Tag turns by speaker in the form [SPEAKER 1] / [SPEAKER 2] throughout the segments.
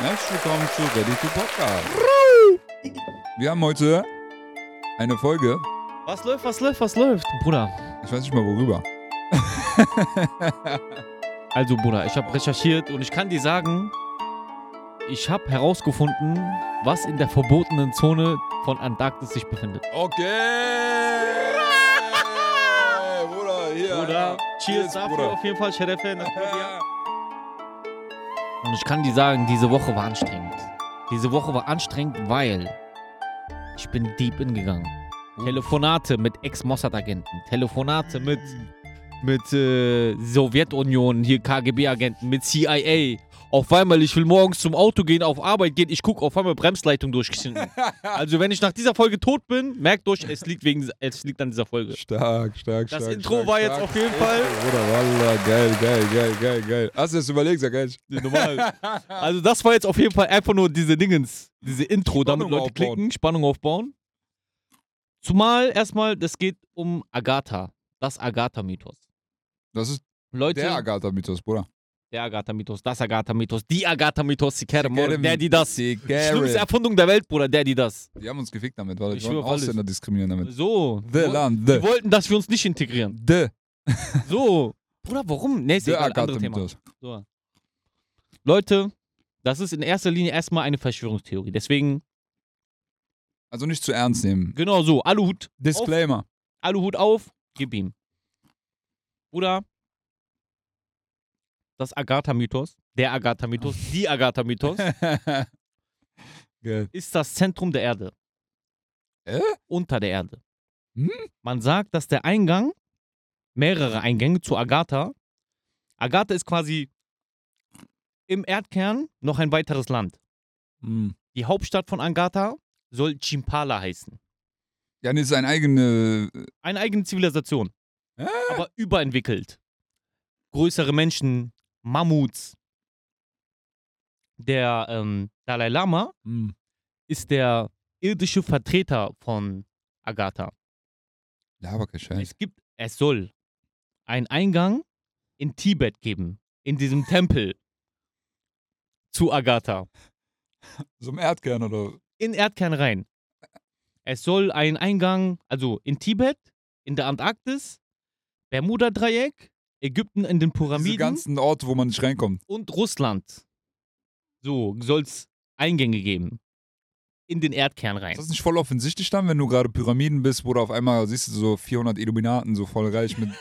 [SPEAKER 1] Herzlich willkommen zu Ready to Podcast. Wir haben heute eine Folge,
[SPEAKER 2] Was läuft, was läuft, was läuft?
[SPEAKER 3] Bruder,
[SPEAKER 1] ich weiß nicht mal worüber.
[SPEAKER 3] also Bruder, ich habe recherchiert und ich kann dir sagen, ich habe herausgefunden, was in der verbotenen Zone von Antarktis sich befindet.
[SPEAKER 1] Okay! Bruder, hier.
[SPEAKER 3] Bruder, cheers
[SPEAKER 1] Cheers,
[SPEAKER 3] dafür
[SPEAKER 1] Bruder.
[SPEAKER 3] auf jeden Fall, Sheriff. Und
[SPEAKER 1] Ja.
[SPEAKER 3] ich kann dir sagen, diese Woche war anstrengend. Diese Woche war anstrengend, weil ich bin deep in gegangen. Telefonate mit Ex-Mossad-Agenten, Telefonate mit, mit äh, Sowjetunion, hier KGB-Agenten, mit CIA. Auf einmal, ich will morgens zum Auto gehen, auf Arbeit gehen, ich gucke auf einmal Bremsleitung durchgeschnitten. Also wenn ich nach dieser Folge tot bin, merkt euch, es liegt, wegen, es liegt an dieser Folge.
[SPEAKER 1] Stark, stark,
[SPEAKER 3] Das
[SPEAKER 1] stark.
[SPEAKER 3] Intro
[SPEAKER 1] stark,
[SPEAKER 3] war jetzt
[SPEAKER 1] stark.
[SPEAKER 3] auf jeden Fall-
[SPEAKER 1] Bruder, Wallah, geil, geil, geil, geil, geil. Hast du das überlegt, sag ich.
[SPEAKER 3] Normal. Also das war jetzt auf jeden Fall einfach nur diese Dingens, diese Intro, damit
[SPEAKER 1] Spannung
[SPEAKER 3] Leute
[SPEAKER 1] aufbauen.
[SPEAKER 3] klicken, Spannung aufbauen. Zumal erstmal, das geht um Agatha, das Agatha-Mythos.
[SPEAKER 1] Das ist
[SPEAKER 3] Leute,
[SPEAKER 1] der Agatha-Mythos, Bruder.
[SPEAKER 3] der Agatha-Mythos, das Agatha-Mythos, die Agatha-Mythos, die Kerem,
[SPEAKER 1] Kerem.
[SPEAKER 3] der die das.
[SPEAKER 1] Die
[SPEAKER 3] Schlimmste Erfundung der Welt, Bruder, der die das.
[SPEAKER 1] Die haben uns gefickt damit, weil
[SPEAKER 3] Ich
[SPEAKER 1] die wollen
[SPEAKER 3] schwör auf alles.
[SPEAKER 1] Ausländer diskriminieren damit.
[SPEAKER 3] So.
[SPEAKER 1] The
[SPEAKER 3] Wo-
[SPEAKER 1] Land,
[SPEAKER 3] Die
[SPEAKER 1] the,
[SPEAKER 3] wollten, dass wir uns nicht integrieren.
[SPEAKER 1] the,
[SPEAKER 3] So. Bruder, warum? Nee, ist
[SPEAKER 1] the
[SPEAKER 3] egal, anderes Thema.
[SPEAKER 1] Agatha-Mythos.
[SPEAKER 3] Leute, das ist in erster Linie erstmal eine Verschwörungstheorie. Deswegen,
[SPEAKER 1] Also nicht zu ernst nehmen.
[SPEAKER 3] genau so, Aluhut
[SPEAKER 1] Disclaimer.
[SPEAKER 3] Aluhut auf, gib ihm. Bruder, das Agatha-Mythos, der Agatha-Mythos, die Agatha-Mythos,
[SPEAKER 1] Geil.
[SPEAKER 3] ist das Zentrum der Erde.
[SPEAKER 1] Äh?
[SPEAKER 3] Unter der Erde.
[SPEAKER 1] Hm?
[SPEAKER 3] Man sagt, dass der Eingang, mehrere Eingänge zu Agatha, Agatha ist quasi im Erdkern noch ein weiteres Land.
[SPEAKER 1] Hm.
[SPEAKER 3] Die Hauptstadt von Agatha soll Chimpala heißen.
[SPEAKER 1] Ja, nee, ist ein eigene.
[SPEAKER 3] Eine eigene Zivilisation.
[SPEAKER 1] Äh?
[SPEAKER 3] aber überentwickelt. Größere Menschen, Mammuts. Der ähm, Dalai Lama
[SPEAKER 1] Hm.
[SPEAKER 3] ist der irdische Vertreter von Agatha.
[SPEAKER 1] Ja, aber kein Scheiß.
[SPEAKER 3] Es gibt, es soll einen Eingang in Tibet geben, in diesem Tempel zu Agatha,
[SPEAKER 1] So im Erdkern oder.
[SPEAKER 3] in Erdkern rein. Es soll einen Eingang, also in Tibet, in der Antarktis, Bermuda-Dreieck, Ägypten in den
[SPEAKER 1] Diese
[SPEAKER 3] Pyramiden.
[SPEAKER 1] ganzen Orte, wo man nicht reinkommt.
[SPEAKER 3] und Russland. So soll es Eingänge geben. In den Erdkern rein.
[SPEAKER 1] Ist das nicht voll offensichtlich dann, wenn du gerade Pyramiden bist, wo du auf einmal siehst du so 400 Illuminaten, so voll reich mit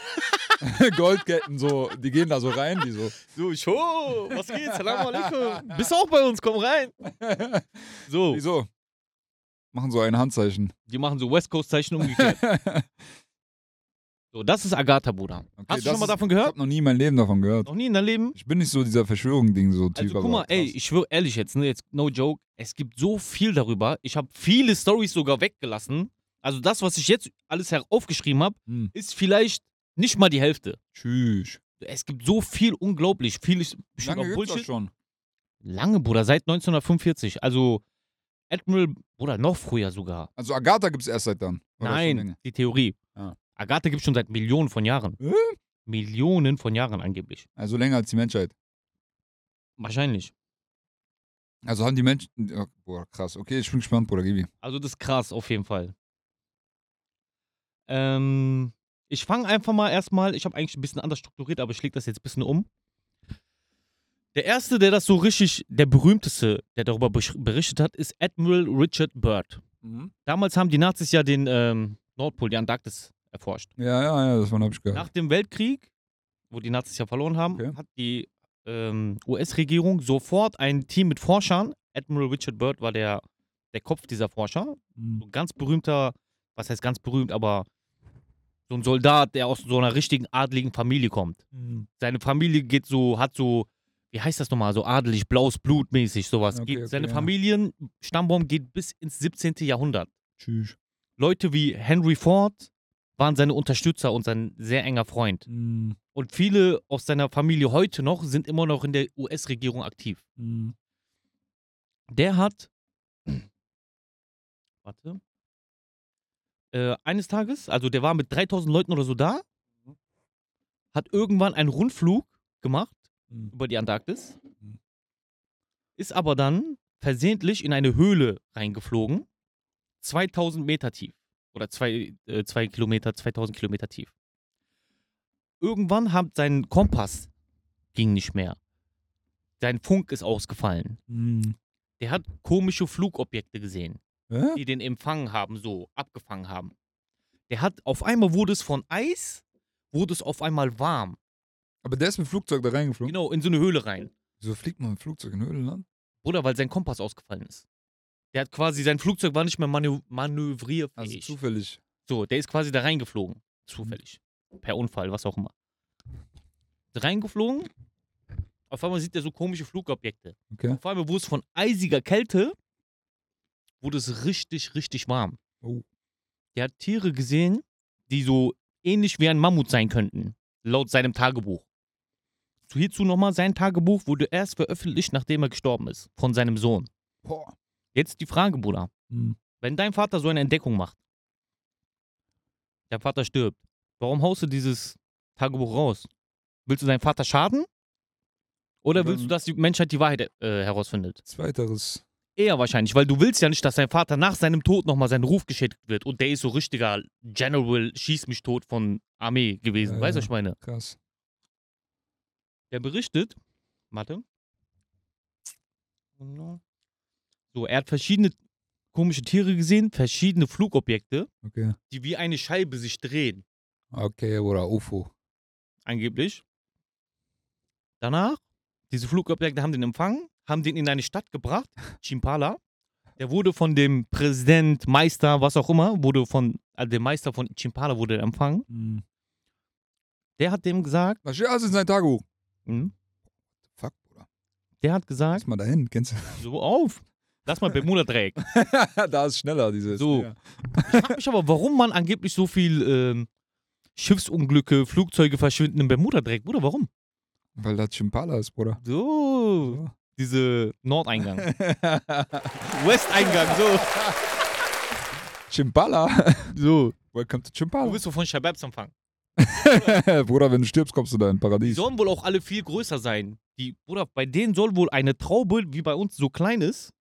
[SPEAKER 1] Goldketten, so, die gehen da so rein, die so.
[SPEAKER 3] So, Show, was geht's? Salam alaikum. Bist auch bei uns, komm rein. So, Oh.
[SPEAKER 1] Die so. Machen so ein Handzeichen.
[SPEAKER 3] die machen so West Coast-Zeichen umgekehrt. So, das ist Agatha, Bruder.
[SPEAKER 1] das
[SPEAKER 3] Hast du schon mal
[SPEAKER 1] ist-
[SPEAKER 3] davon
[SPEAKER 1] Ich
[SPEAKER 3] gehört?
[SPEAKER 1] hab noch nie in meinem Leben davon gehört.
[SPEAKER 3] Noch nie in deinem Leben?
[SPEAKER 1] Ich bin nicht so dieser Verschwörung-Ding so Typ.
[SPEAKER 3] Also guck
[SPEAKER 1] aber
[SPEAKER 3] mal, ey,
[SPEAKER 1] krass.
[SPEAKER 3] ich schwöre ehrlich jetzt, ne, jetzt no joke, es gibt so viel darüber. Ich habe viele Stories sogar weggelassen. Also das, was ich jetzt alles her- aufgeschrieben habe,
[SPEAKER 1] Hm.
[SPEAKER 3] ist vielleicht nicht mal die Hälfte.
[SPEAKER 1] Tschüss.
[SPEAKER 3] es gibt so viel unglaublich, viel ist bestimmt
[SPEAKER 1] Lange
[SPEAKER 3] auch
[SPEAKER 1] gibt's das
[SPEAKER 3] Bullshit.
[SPEAKER 1] schon.
[SPEAKER 3] Lange, Bruder, seit 1945. Also Admiral, Bruder, noch früher sogar.
[SPEAKER 1] Also Agatha gibt's erst seit dann. Oder schon länger?
[SPEAKER 3] Nein, die Theorie.
[SPEAKER 1] Ah.
[SPEAKER 3] Agatha gibt es schon seit Millionen von Jahren.
[SPEAKER 1] Äh?
[SPEAKER 3] Millionen von Jahren angeblich.
[SPEAKER 1] Also länger als die Menschheit.
[SPEAKER 3] Wahrscheinlich.
[SPEAKER 1] Also haben die Menschen. ja, Boah, krass. Okay, ich bin gespannt, Bruder Gibi.
[SPEAKER 3] Also das ist krass auf jeden Fall. Ähm, ich fange einfach mal erstmal, ich habe eigentlich ein bisschen anders strukturiert, aber ich lege das jetzt ein bisschen um. Der erste, der das so richtig, der berühmteste, der darüber besch- berichtet hat, ist Admiral Richard Byrd. Damals haben die Nazis ja den ähm, Nordpol, die Antarktis, erforscht.
[SPEAKER 1] Ja, ja, ja, davon habe ich gehört.
[SPEAKER 3] Nach dem Weltkrieg, wo die Nazis ja verloren haben,
[SPEAKER 1] Okay.
[SPEAKER 3] hat die ähm, US-Regierung sofort ein Team mit Forschern, Admiral Richard Byrd war der, der Kopf dieser Forscher, so
[SPEAKER 1] Mhm.
[SPEAKER 3] ein ganz berühmter, was heißt ganz berühmt, aber so ein Soldat, der aus so einer richtigen adligen Familie kommt.
[SPEAKER 1] Mhm.
[SPEAKER 3] Seine Familie geht so, hat so, wie heißt das nochmal, so adelig, blaues Blut mäßig, sowas.
[SPEAKER 1] Okay,
[SPEAKER 3] Geht-
[SPEAKER 1] okay,
[SPEAKER 3] Seine
[SPEAKER 1] ja.
[SPEAKER 3] Familienstammbaum geht bis ins 17. Jahrhundert.
[SPEAKER 1] Tschüss.
[SPEAKER 3] Leute wie Henry Ford waren seine Unterstützer und sein sehr enger Freund.
[SPEAKER 1] Mhm.
[SPEAKER 3] Und viele aus seiner Familie heute noch sind immer noch in der US-Regierung aktiv.
[SPEAKER 1] Mhm.
[SPEAKER 3] Der hat. Warte. Äh, eines Tages, also der war mit 3000 Leuten oder so da, hat irgendwann einen Rundflug gemacht
[SPEAKER 1] Mhm.
[SPEAKER 3] über die Antarktis.
[SPEAKER 1] Mhm.
[SPEAKER 3] ist aber dann versehentlich in eine Höhle reingeflogen, 2000 Meter tief oder zwei, äh, zwei Kilometer, 2000 Kilometer tief. Irgendwann hat sein Kompass ging nicht mehr. Sein Funk ist ausgefallen.
[SPEAKER 1] Hm.
[SPEAKER 3] Der hat komische Flugobjekte gesehen
[SPEAKER 1] Hä?
[SPEAKER 3] die den empfangen haben, so abgefangen haben. Der hat auf einmal wurde es von Eis, wurde es auf einmal warm.
[SPEAKER 1] Aber der ist mit dem Flugzeug da reingeflogen.
[SPEAKER 3] Genau, in so eine Höhle rein.
[SPEAKER 1] Wieso fliegt man mit dem Flugzeug in Höhlen an?
[SPEAKER 3] Bruder, weil sein Kompass ausgefallen ist. Der hat quasi, sein Flugzeug war nicht mehr manö
[SPEAKER 1] Also
[SPEAKER 3] manövrierfähig.
[SPEAKER 1] zufällig.
[SPEAKER 3] so, der ist quasi da
[SPEAKER 1] Mhm.
[SPEAKER 3] reingeflogen. Zufällig. Per Unfall, was auch immer. Reingeflogen. Auf einmal sieht er so komische Flugobjekte.
[SPEAKER 1] Okay.
[SPEAKER 3] Auf einmal wurde es von eisiger Kälte, wurde es richtig, richtig warm.
[SPEAKER 1] Oh.
[SPEAKER 3] Der hat Tiere gesehen, die so ähnlich wie ein Mammut sein könnten, laut seinem Tagebuch. Zu hierzu nochmal, sein Tagebuch wurde erst veröffentlicht, nachdem er gestorben ist, von seinem Sohn.
[SPEAKER 1] Boah.
[SPEAKER 3] Jetzt die Frage, Bruder.
[SPEAKER 1] Hm.
[SPEAKER 3] Wenn dein Vater so eine Entdeckung macht, dein Vater stirbt, warum haust du dieses Tagebuch raus? Willst du deinem Vater schaden? Oder
[SPEAKER 1] Oder-
[SPEAKER 3] willst du, dass die Menschheit die Wahrheit äh, herausfindet?
[SPEAKER 1] Zweiteres.
[SPEAKER 3] Eher wahrscheinlich, weil du willst ja nicht, dass dein Vater nach seinem Tod nochmal seinen Ruf geschädigt wird. Und der ist so richtiger General Schieß mich tot von Armee gewesen.
[SPEAKER 1] Ja,
[SPEAKER 3] weißt du,
[SPEAKER 1] ja.
[SPEAKER 3] was ich meine?
[SPEAKER 1] Krass.
[SPEAKER 3] Der berichtet, warte. So, er hat verschiedene komische Tiere gesehen, verschiedene Flugobjekte,
[SPEAKER 1] Okay.
[SPEAKER 3] die wie eine Scheibe sich drehen,
[SPEAKER 1] Okay, oder UFO.
[SPEAKER 3] angeblich. Danach, diese Flugobjekte haben den empfangen, haben den in eine Stadt gebracht, Chimpala. Der wurde von dem Präsident, Meister, was auch immer, wurde von, also der Meister von Chimpala wurde empfangen.
[SPEAKER 1] Hm.
[SPEAKER 3] Der hat dem gesagt,
[SPEAKER 1] Da steht alles in sein Tagebuch.
[SPEAKER 3] hm,
[SPEAKER 1] Fuck, Bruder.
[SPEAKER 3] der hat gesagt,
[SPEAKER 1] Lass mal dahin, kennst du?
[SPEAKER 3] so auf, lass mal Bermuda-Dreieck.
[SPEAKER 1] da ist schneller, dieses.
[SPEAKER 3] So.
[SPEAKER 1] Ja.
[SPEAKER 3] frage mich aber, warum man angeblich so viel ähm, Schiffsunglücke, Flugzeuge verschwinden im Bermuda-Dreieck. Bruder, warum?
[SPEAKER 1] Weil das Chimpala ist, Bruder.
[SPEAKER 3] So. Diese Nordeingang. Westeingang, so.
[SPEAKER 1] Chimpala?
[SPEAKER 3] So.
[SPEAKER 1] Welcome to
[SPEAKER 3] Wo
[SPEAKER 1] Chimpala.
[SPEAKER 3] bist du von Shababs empfangen?
[SPEAKER 1] Bruder, wenn du stirbst, kommst du da in
[SPEAKER 3] Die
[SPEAKER 1] Paradies.
[SPEAKER 3] sollen wohl auch alle viel größer sein. Die, Bruder, bei denen soll wohl eine Traube, wie bei uns so klein ist,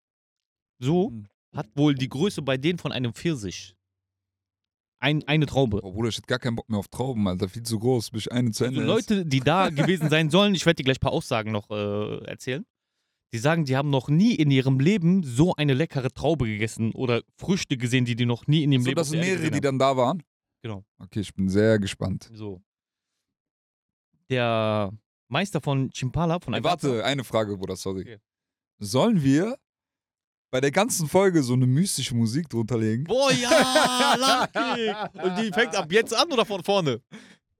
[SPEAKER 3] so,
[SPEAKER 1] Mhm.
[SPEAKER 3] hat wohl die Größe bei denen von einem Pfirsich. Ein, eine Traube.
[SPEAKER 1] Boah, Oh, Bruder, ich hätte gar keinen Bock mehr auf Trauben, Alter. Viel zu groß, bis ich eine zu
[SPEAKER 3] Also
[SPEAKER 1] Ende ist.
[SPEAKER 3] Leute, die da gewesen sein sollen, ich werde dir gleich ein paar Aussagen noch äh, erzählen. Die sagen, die haben noch nie in ihrem Leben so eine leckere Traube gegessen oder Früchte gesehen, die die noch nie in ihrem
[SPEAKER 1] So,
[SPEAKER 3] Leben
[SPEAKER 1] das sind
[SPEAKER 3] auf der Erde
[SPEAKER 1] mehrere, die dann
[SPEAKER 3] gesehen
[SPEAKER 1] da waren.
[SPEAKER 3] Genau.
[SPEAKER 1] Okay, ich bin sehr gespannt.
[SPEAKER 3] haben. So. Der Meister von Chimpala, von
[SPEAKER 1] Ey,
[SPEAKER 3] Alberta-
[SPEAKER 1] warte, eine Frage, Bruder, sorry.
[SPEAKER 3] Okay.
[SPEAKER 1] Sollen wir bei der ganzen Folge so eine mystische Musik drunter legen?
[SPEAKER 3] Boah, ja, Lachkick. Und die fängt ab jetzt an oder von vorne?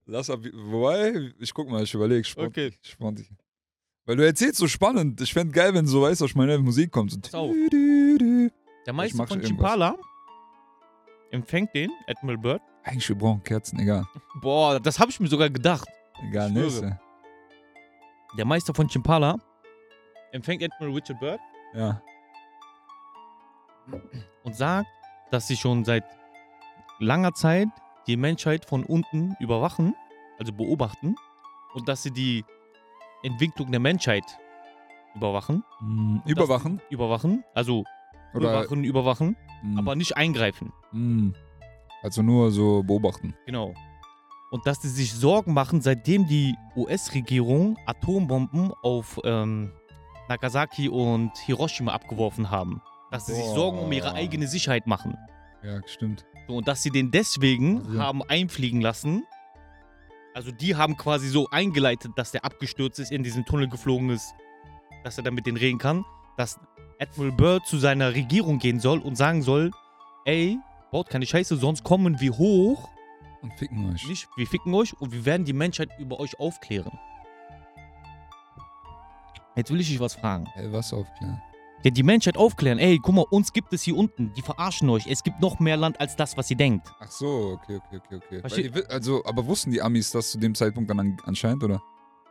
[SPEAKER 1] Lass ab, wobei, ich guck mal, ich überlege.
[SPEAKER 3] Okay.
[SPEAKER 1] Spannend. Weil du erzählst so spannend. Ich fände geil, wenn so, weißt du, aus meiner Musik kommt. So.
[SPEAKER 3] auf.
[SPEAKER 1] tü-tü-tü.
[SPEAKER 3] Der
[SPEAKER 1] Ich
[SPEAKER 3] Meister
[SPEAKER 1] mach
[SPEAKER 3] von
[SPEAKER 1] irgendwas.
[SPEAKER 3] Chimpala empfängt den, Admiral Bird.
[SPEAKER 1] Eigentlich, wir brauchen Kerzen, egal.
[SPEAKER 3] Boah, das habe ich mir sogar gedacht.
[SPEAKER 1] Egal,
[SPEAKER 3] Ich
[SPEAKER 1] ne?
[SPEAKER 3] schwöre. Der Meister von Chimpala empfängt Admiral Richard Byrd
[SPEAKER 1] Ja.
[SPEAKER 3] und sagt, dass sie schon seit langer Zeit die Menschheit von unten überwachen, also beobachten, und dass sie die Entwicklung der Menschheit überwachen.
[SPEAKER 1] Mm, überwachen?
[SPEAKER 3] Überwachen, also
[SPEAKER 1] Oder,
[SPEAKER 3] überwachen, überwachen,
[SPEAKER 1] mm,
[SPEAKER 3] aber nicht eingreifen.
[SPEAKER 1] mm. Also nur so beobachten.
[SPEAKER 3] Genau. Und dass sie sich Sorgen machen, seitdem die US-Regierung Atombomben auf ähm, Nagasaki und Hiroshima abgeworfen haben. Dass sie sich
[SPEAKER 1] Boah.
[SPEAKER 3] Sorgen um ihre eigene Sicherheit machen.
[SPEAKER 1] Ja, stimmt.
[SPEAKER 3] So, und dass sie den deswegen
[SPEAKER 1] Also-
[SPEAKER 3] haben einfliegen lassen. Also die haben quasi so eingeleitet, dass der abgestürzt ist, in diesen Tunnel geflogen ist, dass er dann mit denen reden kann, dass Admiral Byrd zu seiner Regierung gehen soll und sagen soll, ey, baut keine Scheiße, sonst kommen wir hoch
[SPEAKER 1] Und ficken euch.
[SPEAKER 3] nicht, wir ficken euch und wir werden die Menschheit über euch aufklären. Jetzt will ich dich was fragen.
[SPEAKER 1] Ey, was aufklären?
[SPEAKER 3] Ja, die Menschheit aufklären. Ey, guck mal, uns gibt es hier unten. Die verarschen euch. Es gibt noch mehr Land als das, was ihr denkt.
[SPEAKER 1] Ach so, okay, okay, okay, okay. Weil
[SPEAKER 3] Versteh-
[SPEAKER 1] ihr wi- Also, aber wussten die Amis das zu dem Zeitpunkt dann an, anscheinend, oder?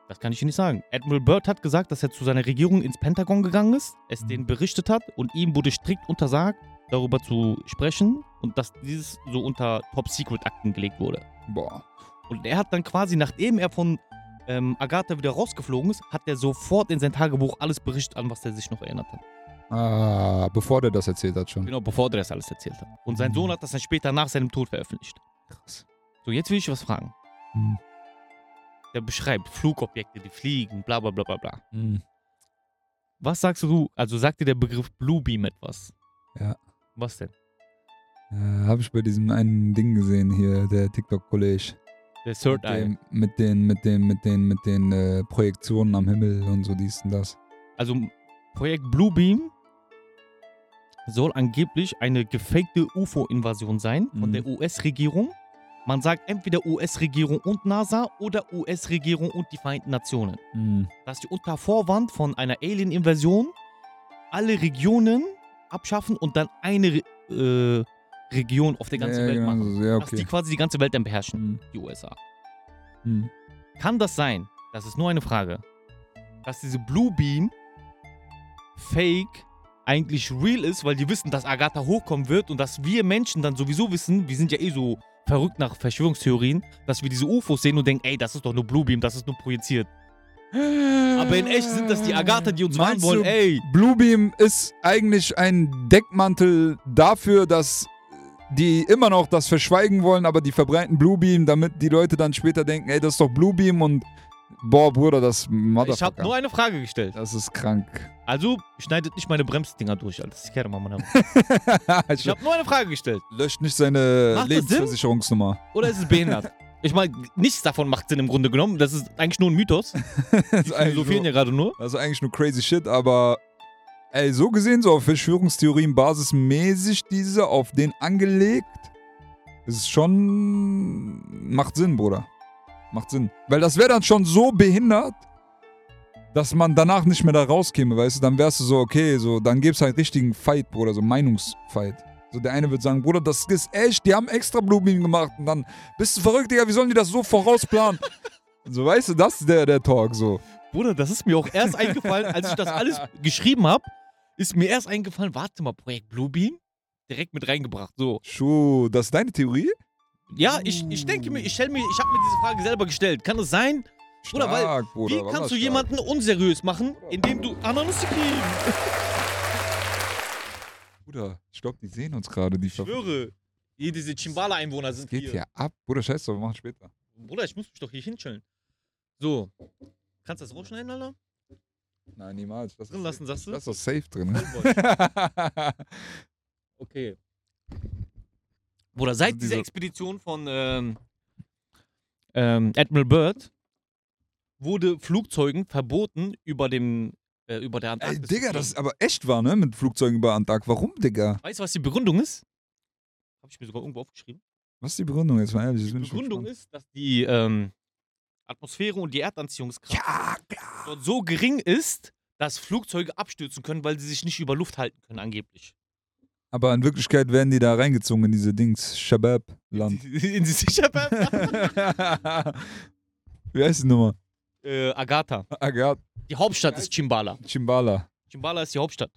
[SPEAKER 3] Das kann ich dir nicht sagen. Admiral Byrd hat gesagt, dass er zu seiner Regierung ins Pentagon gegangen ist, es
[SPEAKER 1] Mhm.
[SPEAKER 3] denen berichtet hat und ihm wurde strikt untersagt, darüber zu sprechen und dass dieses so unter Top-Secret-Akten gelegt wurde.
[SPEAKER 1] Boah.
[SPEAKER 3] Und er hat dann quasi, nachdem er von
[SPEAKER 2] ähm, Agatha wieder rausgeflogen ist, hat er sofort in sein Tagebuch alles berichtet, an was er sich noch erinnert hat.
[SPEAKER 1] Ah, bevor der das erzählt hat schon.
[SPEAKER 3] Genau, bevor der das alles erzählt hat. Mhm. Und sein Sohn hat das dann später nach seinem Tod veröffentlicht.
[SPEAKER 1] Krass.
[SPEAKER 3] So, jetzt will ich was fragen.
[SPEAKER 1] Mhm.
[SPEAKER 3] Der beschreibt Flugobjekte, die fliegen, bla bla bla bla bla.
[SPEAKER 1] Hm.
[SPEAKER 3] Was sagst du, also sagt dir der Begriff Bluebeam etwas?
[SPEAKER 1] Ja.
[SPEAKER 3] Was denn?
[SPEAKER 1] Äh, Habe ich bei diesem einen Ding gesehen hier, der TikTok-College.
[SPEAKER 3] Der Third
[SPEAKER 1] Mit
[SPEAKER 3] Eye.
[SPEAKER 1] dem- Mit den, mit den, mit den, mit den äh, Projektionen am Himmel und so dies und das.
[SPEAKER 3] Also Projekt Bluebeam soll angeblich eine gefakte UFO-Invasion sein von
[SPEAKER 1] Mhm.
[SPEAKER 3] der US-Regierung. Man sagt entweder US-Regierung und NASA oder US-Regierung und die Vereinten Nationen.
[SPEAKER 1] Hm.
[SPEAKER 3] Dass die unter Vorwand von einer Alien-Invasion alle Regionen abschaffen und dann eine äh, Region auf der ganzen
[SPEAKER 1] ja,
[SPEAKER 3] Welt
[SPEAKER 1] genau,
[SPEAKER 3] machen.
[SPEAKER 1] so, ja,
[SPEAKER 3] Dass die
[SPEAKER 1] okay.
[SPEAKER 3] quasi die ganze Welt dann beherrschen,
[SPEAKER 1] Mhm.
[SPEAKER 3] die USA.
[SPEAKER 1] Mhm.
[SPEAKER 3] Kann das sein, das ist nur eine Frage, dass diese Blue Beam fake eigentlich real ist, weil die wissen, dass Agatha hochkommen wird und dass wir Menschen dann sowieso wissen, wir sind ja eh so verrückt nach Verschwörungstheorien, dass wir diese UFOs sehen und denken, ey, das ist doch nur Blue Beam, das ist nur projiziert. Aber in echt sind das die Agatha, die uns warnen
[SPEAKER 1] Meinst
[SPEAKER 3] wollen,
[SPEAKER 1] du,
[SPEAKER 3] ey.
[SPEAKER 1] Bluebeam ist eigentlich ein Deckmantel dafür, dass die immer noch das verschweigen wollen, aber die verbreiten Bluebeam, damit die Leute dann später denken, ey, das ist doch Bluebeam und boah, Bruder, das
[SPEAKER 3] Ich habe
[SPEAKER 1] Motherfucker.
[SPEAKER 3] nur eine Frage gestellt.
[SPEAKER 1] das ist krank.
[SPEAKER 3] Also schneidet nicht meine Bremsdinger durch, Alter. Das ist keine Mama. Ich
[SPEAKER 1] ich
[SPEAKER 3] habe nur eine Frage gestellt.
[SPEAKER 1] löscht nicht seine
[SPEAKER 3] Macht das Sinn?
[SPEAKER 1] Lebensversicherungsnummer.
[SPEAKER 3] Oder ist es behindert? Ich meine, nichts davon macht Sinn im Grunde genommen. Das ist eigentlich nur ein Mythos.
[SPEAKER 1] Das ist,
[SPEAKER 3] So
[SPEAKER 1] eigentlich
[SPEAKER 3] fehlen
[SPEAKER 1] nur,
[SPEAKER 3] ja gerade nur.
[SPEAKER 1] das ist Also eigentlich nur crazy shit, aber ey, so gesehen, so auf Verschwörungstheorien basismäßig diese auf den angelegt, ist schon macht Sinn, Bruder. Macht Sinn. Weil das wäre dann schon so behindert, dass man danach nicht mehr da rauskäme, weißt du, dann wärst du so, okay, so, dann gäbe es halt richtigen Fight, Bruder, so Meinungsfight. So, der eine wird sagen, Bruder, das ist echt, die haben extra Blumen gemacht und dann bist du verrückt, Digga, wie sollen die das so vorausplanen? so, weißt du, das ist der, der Talk, so.
[SPEAKER 3] Bruder, das ist mir auch erst eingefallen, als ich das alles geschrieben habe, ist mir erst eingefallen, warte mal, Projekt Bluebeam? Direkt mit reingebracht. So.
[SPEAKER 1] Schuh, das ist deine Theorie?
[SPEAKER 3] Ja, ich, ich denke mir, ich stell mir, ich habe mir diese Frage selber gestellt. Kann es sein? Bruder, weil-
[SPEAKER 1] Bruder,
[SPEAKER 3] Wie
[SPEAKER 1] war das
[SPEAKER 3] kannst du
[SPEAKER 1] stark.
[SPEAKER 3] jemanden unseriös machen, indem du Anonymity kriegst?
[SPEAKER 1] Bruder, ich glaube, die sehen uns gerade. Die
[SPEAKER 3] Ich schwöre. Hier diese Chimbala-Einwohner sind
[SPEAKER 1] Geht
[SPEAKER 3] hier.
[SPEAKER 1] hier ab. Bruder, scheiß drauf, wir machen später.
[SPEAKER 3] Bruder, ich muss mich doch hier hinschellen. So. Kannst du das rausschneiden, Alter?
[SPEAKER 1] Nein, niemals. Lass
[SPEAKER 3] Drin lassen, sagst du? Oh,
[SPEAKER 1] Das ist doch safe drin.
[SPEAKER 3] Okay. Bruder, seit
[SPEAKER 1] Also
[SPEAKER 3] dieser
[SPEAKER 1] diese-
[SPEAKER 3] Expedition von ähm, ähm, Admiral Byrd wurde Flugzeugen verboten über dem äh, über der
[SPEAKER 1] Ey,
[SPEAKER 3] Antarktis. zu
[SPEAKER 1] Digga,
[SPEAKER 3] fliegen.
[SPEAKER 1] das ist aber echt wahr, ne? Mit Flugzeugen über Antark. Warum, Digga?
[SPEAKER 3] Weißt du, was die Begründung ist? Habe ich mir sogar irgendwo aufgeschrieben.
[SPEAKER 1] Was ist die Begründung jetzt mal ehrlich?
[SPEAKER 3] Die Begründung ist, dass die ähm, Atmosphäre und die Erdanziehungskraft
[SPEAKER 1] Ja, klar.
[SPEAKER 3] dort so gering ist, dass Flugzeuge abstürzen können, weil sie sich nicht über Luft halten können angeblich.
[SPEAKER 1] Aber in Wirklichkeit werden die da reingezogen in diese Dings. Shabab-Land.
[SPEAKER 3] In die Sicherheit.
[SPEAKER 1] Wie heißt die Nummer?
[SPEAKER 3] äh, Agatha.
[SPEAKER 1] Agat
[SPEAKER 3] Die Hauptstadt ist Chimbala.
[SPEAKER 1] Chimbala.
[SPEAKER 3] Chimbala ist die Hauptstadt.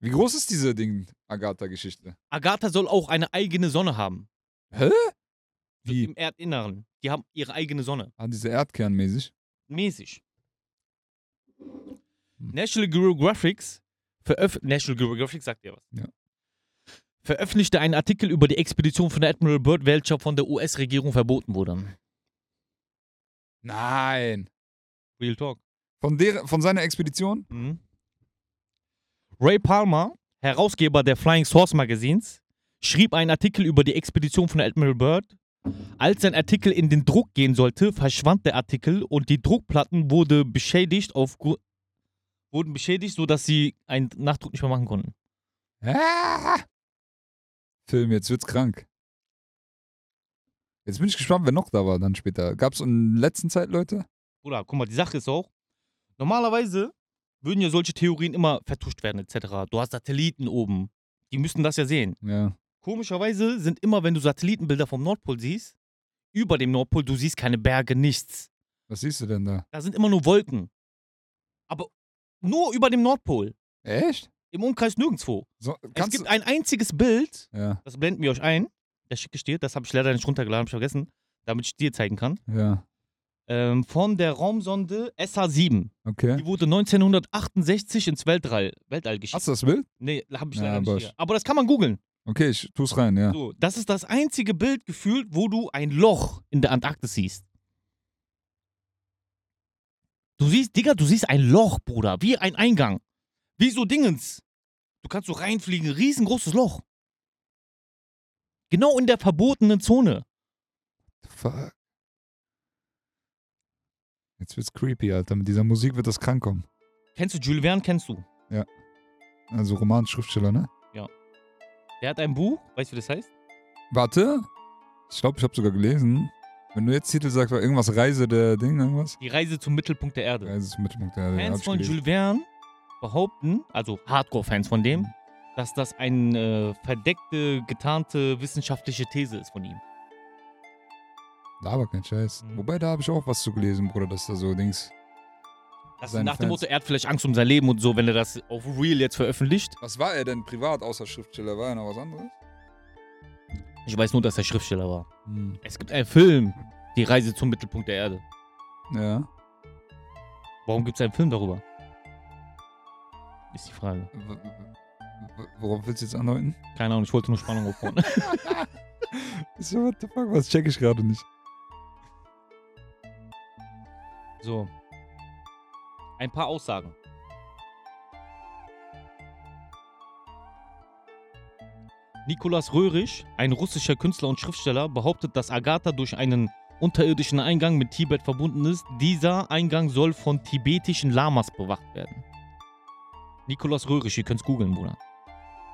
[SPEAKER 1] Wie groß ist diese Ding, Agatha-Geschichte?
[SPEAKER 3] Agatha soll auch eine eigene Sonne haben.
[SPEAKER 1] Hä?
[SPEAKER 3] So
[SPEAKER 1] Wie?
[SPEAKER 3] Im Erdinneren. Die haben ihre eigene Sonne.
[SPEAKER 1] Ah, diese Erdkernmäßig.
[SPEAKER 3] Mäßig. National Geographics veröf National Geographic sagt ihr was.
[SPEAKER 1] Ja.
[SPEAKER 3] Veröffentlichte einen Artikel über die Expedition von der Admiral Byrd, welcher von der US-Regierung verboten wurde.
[SPEAKER 1] Nein.
[SPEAKER 3] Real Talk.
[SPEAKER 1] Von, der, von seiner Expedition?
[SPEAKER 3] Mhm. Ray Palmer, Herausgeber der Flying Source Magazins, schrieb einen Artikel über die Expedition von Admiral Byrd. Als sein Artikel in den Druck gehen sollte, verschwand der Artikel und die Druckplatten wurde beschädigt auf wurden beschädigt, sodass sie einen Nachdruck nicht mehr machen konnten.
[SPEAKER 1] Ah! Film, jetzt wird's krank. Jetzt bin ich gespannt, wer noch da war dann später. Gab's in letzter Zeit Leute?
[SPEAKER 3] Bruder, guck mal, die Sache ist auch, normalerweise würden ja solche Theorien immer vertuscht werden, etc. Du hast Satelliten oben. Die müssen das ja sehen.
[SPEAKER 1] Ja.
[SPEAKER 3] Komischerweise sind immer, wenn du Satellitenbilder vom Nordpol siehst, über dem Nordpol, du siehst keine Berge, nichts.
[SPEAKER 1] Was siehst du denn da?
[SPEAKER 3] Da sind immer nur Wolken. Aber nur über dem Nordpol.
[SPEAKER 1] Echt?
[SPEAKER 3] Im Umkreis nirgendwo.
[SPEAKER 1] So,
[SPEAKER 3] Es
[SPEAKER 1] kannst
[SPEAKER 3] gibt ein einziges Bild,
[SPEAKER 1] du. Ja,
[SPEAKER 3] das blenden wir euch ein. Das schicke ich dir, das habe ich leider nicht runtergeladen, habe ich vergessen, damit ich dir zeigen kann.
[SPEAKER 1] ja.
[SPEAKER 3] ähm, von der Raumsonde SH7.
[SPEAKER 1] Okay.
[SPEAKER 3] Die wurde 1968 ins Weltall, Weltall geschickt.
[SPEAKER 1] Hast du das Bild?
[SPEAKER 3] Nee, habe ich
[SPEAKER 1] Ja,
[SPEAKER 3] leider
[SPEAKER 1] aber
[SPEAKER 3] nicht hier. Aber das kann man googeln.
[SPEAKER 1] Okay, ich tu's rein, ja.
[SPEAKER 3] So, das ist das einzige Bild gefühlt, wo du ein Loch in der Antarktis siehst. Du siehst, Digga, du siehst ein Loch, Bruder, wie ein Eingang. Wie so Dingens. Du kannst so reinfliegen, riesengroßes Loch. Genau in der verbotenen Zone.
[SPEAKER 1] Fuck. Jetzt wird's creepy, Alter. Mit dieser Musik wird das krank kommen.
[SPEAKER 3] Kennst du Jules Verne? Kennst du?
[SPEAKER 1] Also Romanschriftsteller, ne?
[SPEAKER 3] Der hat ein Buch, weißt du, wie das heißt?
[SPEAKER 1] Warte. Ich glaube, ich habe sogar gelesen. Wenn du jetzt Titel sagst, war irgendwas Reise der Ding, irgendwas.
[SPEAKER 3] Die Reise zum Mittelpunkt der Erde.
[SPEAKER 1] Reise zum Mittelpunkt der Erde. hab
[SPEAKER 3] Fans
[SPEAKER 1] ich
[SPEAKER 3] von
[SPEAKER 1] gelesen.
[SPEAKER 3] Jules Verne behaupten, also Hardcore-Fans von dem,
[SPEAKER 1] Mhm.
[SPEAKER 3] dass das eine äh, verdeckte, getarnte wissenschaftliche These ist von ihm.
[SPEAKER 1] Laber kein Scheiß.
[SPEAKER 3] Mhm.
[SPEAKER 1] Wobei, da habe ich auch was zu gelesen, Bruder, dass da so Dings.
[SPEAKER 3] Das
[SPEAKER 1] Seine
[SPEAKER 3] nach
[SPEAKER 1] Fans.
[SPEAKER 3] dem Motto, er hat vielleicht Angst um sein Leben und so, wenn er das auf Real jetzt veröffentlicht.
[SPEAKER 1] Was war er denn privat außer Schriftsteller? War er noch was anderes?
[SPEAKER 3] Ich weiß nur, dass er Schriftsteller war. Es gibt einen Film, Die Reise zum Mittelpunkt der Erde.
[SPEAKER 1] Ja.
[SPEAKER 3] Warum gibt es einen Film darüber? Ist die Frage.
[SPEAKER 1] W- w- w- Worauf willst du jetzt andeuten?
[SPEAKER 3] Keine Ahnung, ich wollte nur Spannung aufbauen.
[SPEAKER 1] So, what the fuck, was check ich gerade nicht.
[SPEAKER 3] so. Ein paar Aussagen. Nikolaus Röhrig, ein russischer Künstler und Schriftsteller, behauptet, dass Agatha durch einen unterirdischen Eingang mit Tibet verbunden ist. Dieser Eingang soll von tibetischen Lamas bewacht werden. Nikolaus Röhrig, ihr könnt's googeln, Bruder.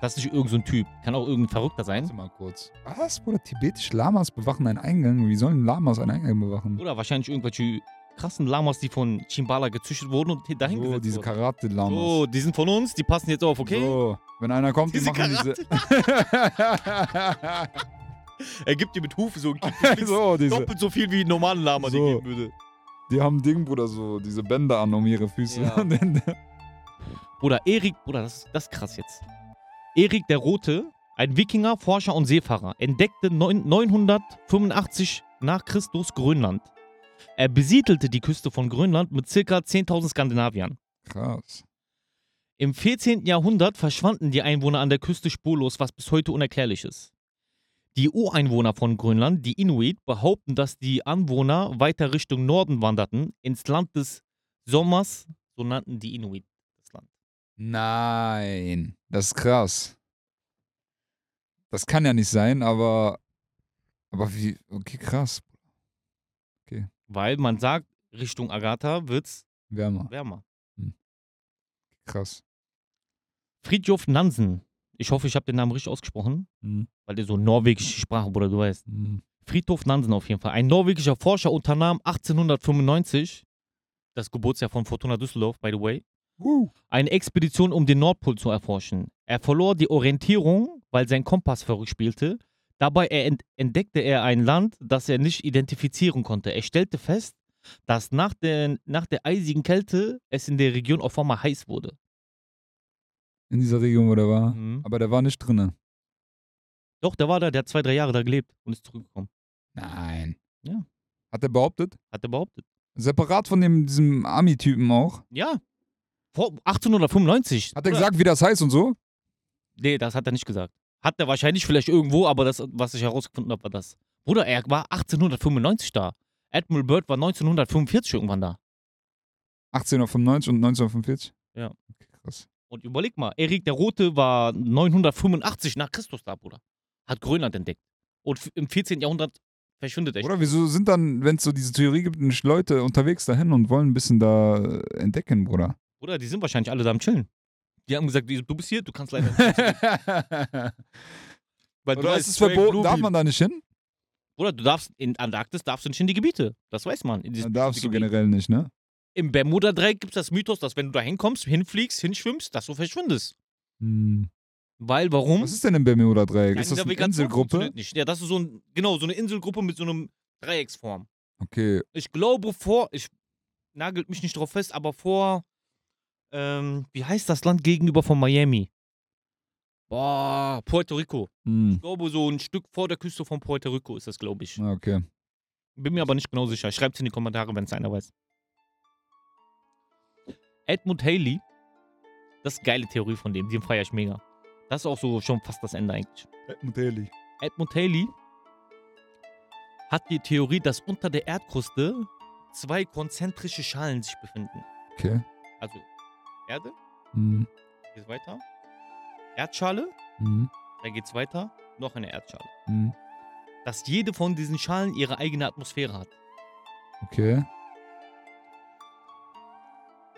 [SPEAKER 3] Das ist nicht irgendein so ein Typ. Kann auch irgendein Verrückter sein.
[SPEAKER 1] Warte mal kurz. Was, Bruder? Tibetisch Lamas bewachen einen Eingang? Wie sollen Lamas einen Eingang bewachen?
[SPEAKER 3] Oder wahrscheinlich irgendwelche krassen Lamas, die von Chimbala gezüchtet wurden und
[SPEAKER 1] So,
[SPEAKER 3] dahingesetzt
[SPEAKER 1] diese
[SPEAKER 3] wurden.
[SPEAKER 1] Karate-Lamas.
[SPEAKER 3] So, die sind von uns, die passen jetzt auf, Oh, okay?
[SPEAKER 1] So, wenn einer kommt, die
[SPEAKER 3] Diese
[SPEAKER 1] machen
[SPEAKER 3] Er gibt dir mit Hufe so, gibt dir
[SPEAKER 1] diese. so, diese.
[SPEAKER 3] doppelt so viel wie ein normalen Lama dir
[SPEAKER 1] So.
[SPEAKER 3] geben würde.
[SPEAKER 1] Die haben Ding, Bruder, so diese Bänder an um ihre Füße.
[SPEAKER 3] Ja.
[SPEAKER 1] Und dann-
[SPEAKER 3] Bruder, Erik, Bruder, das, das ist krass jetzt. Erik der Rote, ein Wikinger, Forscher und Seefahrer, entdeckte neun- 985 nach Christus Grönland. Er besiedelte die Küste von Grönland mit ca. 10.000 Skandinaviern.
[SPEAKER 1] Krass.
[SPEAKER 3] Im 14. Jahrhundert verschwanden die Einwohner an der Küste spurlos, was bis heute unerklärlich ist. Die Ureinwohner von Grönland, die Inuit, behaupten, dass die Anwohner weiter Richtung Norden wanderten, ins Land des Sommers, so nannten die Inuit das Land.
[SPEAKER 1] Nein. Das ist krass. Das kann ja nicht sein, aber. Aber wie. Okay, krass.
[SPEAKER 3] Weil man sagt, Richtung Agatha wird's
[SPEAKER 1] Wärmer.
[SPEAKER 3] wärmer.
[SPEAKER 1] Krass.
[SPEAKER 3] Fridtjof Nansen, ich hoffe, ich habe den Namen richtig ausgesprochen,
[SPEAKER 1] Mhm.
[SPEAKER 3] weil der so norwegische Sprache, Bruder, du weißt.
[SPEAKER 1] Mhm.
[SPEAKER 3] Friedhof Nansen auf jeden Fall. Ein norwegischer Forscher unternahm 1895, das Geburtsjahr von Fortuna Düsseldorf, by the way,
[SPEAKER 1] Woo.
[SPEAKER 3] eine Expedition, um den Nordpol zu erforschen. Er verlor die Orientierung, weil sein Kompass verrückt spielte. Dabei er ent- entdeckte er ein Land, das er nicht identifizieren konnte. Er stellte fest, dass nach, den, nach der eisigen Kälte es in der Region auf einmal heiß wurde.
[SPEAKER 1] In dieser Region, wo der war.
[SPEAKER 3] Mhm.
[SPEAKER 1] Aber der war nicht drinne.
[SPEAKER 3] Doch, der war da, der hat zwei, drei Jahre da gelebt und ist zurückgekommen.
[SPEAKER 1] Nein.
[SPEAKER 3] Ja.
[SPEAKER 1] Hat er behauptet?
[SPEAKER 3] Hat er behauptet.
[SPEAKER 1] Separat von dem, diesem Army-Typen auch.
[SPEAKER 3] Ja. Vor 1895.
[SPEAKER 1] Hat er
[SPEAKER 3] Oder-
[SPEAKER 1] gesagt, wie das heißt und so?
[SPEAKER 3] Nee, das hat er nicht gesagt. Hat er wahrscheinlich vielleicht irgendwo, aber das, was ich herausgefunden habe, war das. Bruder, er war 1895 da. Admiral Byrd war 1945 irgendwann da.
[SPEAKER 1] 1895 und 1945?
[SPEAKER 3] Ja.
[SPEAKER 1] Okay, krass.
[SPEAKER 3] Und überleg mal, Erik der Rote war 985 nach Christus da, Bruder. Hat Grönland entdeckt. Und f- im 14. Jahrhundert verschwindet er.
[SPEAKER 1] Oder wieso sind dann, wenn es so diese Theorie gibt, nicht Leute unterwegs dahin und wollen ein bisschen da äh, entdecken, Bruder?
[SPEAKER 3] Bruder, die sind wahrscheinlich alle da am Chillen. Die haben gesagt, du bist hier, du kannst leider.
[SPEAKER 1] Oder
[SPEAKER 3] Weil
[SPEAKER 1] ist es verboten? Darf man da nicht hin?
[SPEAKER 3] Bruder, du darfst in Antarktis darfst du nicht in die Gebiete. Das weiß man. In diese-
[SPEAKER 1] Dann darfst
[SPEAKER 3] diese
[SPEAKER 1] du
[SPEAKER 3] Gebiete.
[SPEAKER 1] generell nicht, ne?
[SPEAKER 3] Im Bermuda-Dreieck gibt es das Mythos, dass wenn du da hinkommst, hinfliegst, hinschwimmst, dass du verschwindest.
[SPEAKER 1] Hm.
[SPEAKER 3] Weil, warum?
[SPEAKER 1] Was ist denn im Bermuda-Dreieck?
[SPEAKER 3] Nein,
[SPEAKER 1] Ist das
[SPEAKER 3] dieser
[SPEAKER 1] eine
[SPEAKER 3] Veganismus
[SPEAKER 1] Inselgruppe?
[SPEAKER 3] funktioniert Nicht. Ja, das ist so ein, genau, so eine Inselgruppe mit so einem Dreiecksform.
[SPEAKER 1] Okay,
[SPEAKER 3] Ich glaube vor, ich nagelt mich nicht drauf fest, aber vor, ähm, wie heißt das Land gegenüber von Miami? Boah, Puerto Rico.
[SPEAKER 1] hm.
[SPEAKER 3] Ich glaube, so ein Stück vor der Küste von Puerto Rico ist das, glaube ich.
[SPEAKER 1] Ah, okay.
[SPEAKER 3] Bin mir aber nicht genau sicher. Schreibt es in die Kommentare, wenn es einer weiß. Edmund Haley, das ist eine geile Theorie von dem, den feiere ich mega. Das ist auch so schon fast das Ende eigentlich.
[SPEAKER 1] Edmund Haley.
[SPEAKER 3] Edmund Haley hat die Theorie, dass unter der Erdkruste zwei konzentrische Schalen sich befinden.
[SPEAKER 1] Okay.
[SPEAKER 3] Also Erde,
[SPEAKER 1] Mhm.
[SPEAKER 3] geht's weiter. Erdschale,
[SPEAKER 1] Mhm.
[SPEAKER 3] dann geht's weiter. Noch eine Erdschale.
[SPEAKER 1] Mhm.
[SPEAKER 3] Dass jede von diesen Schalen ihre eigene Atmosphäre hat.
[SPEAKER 1] Okay.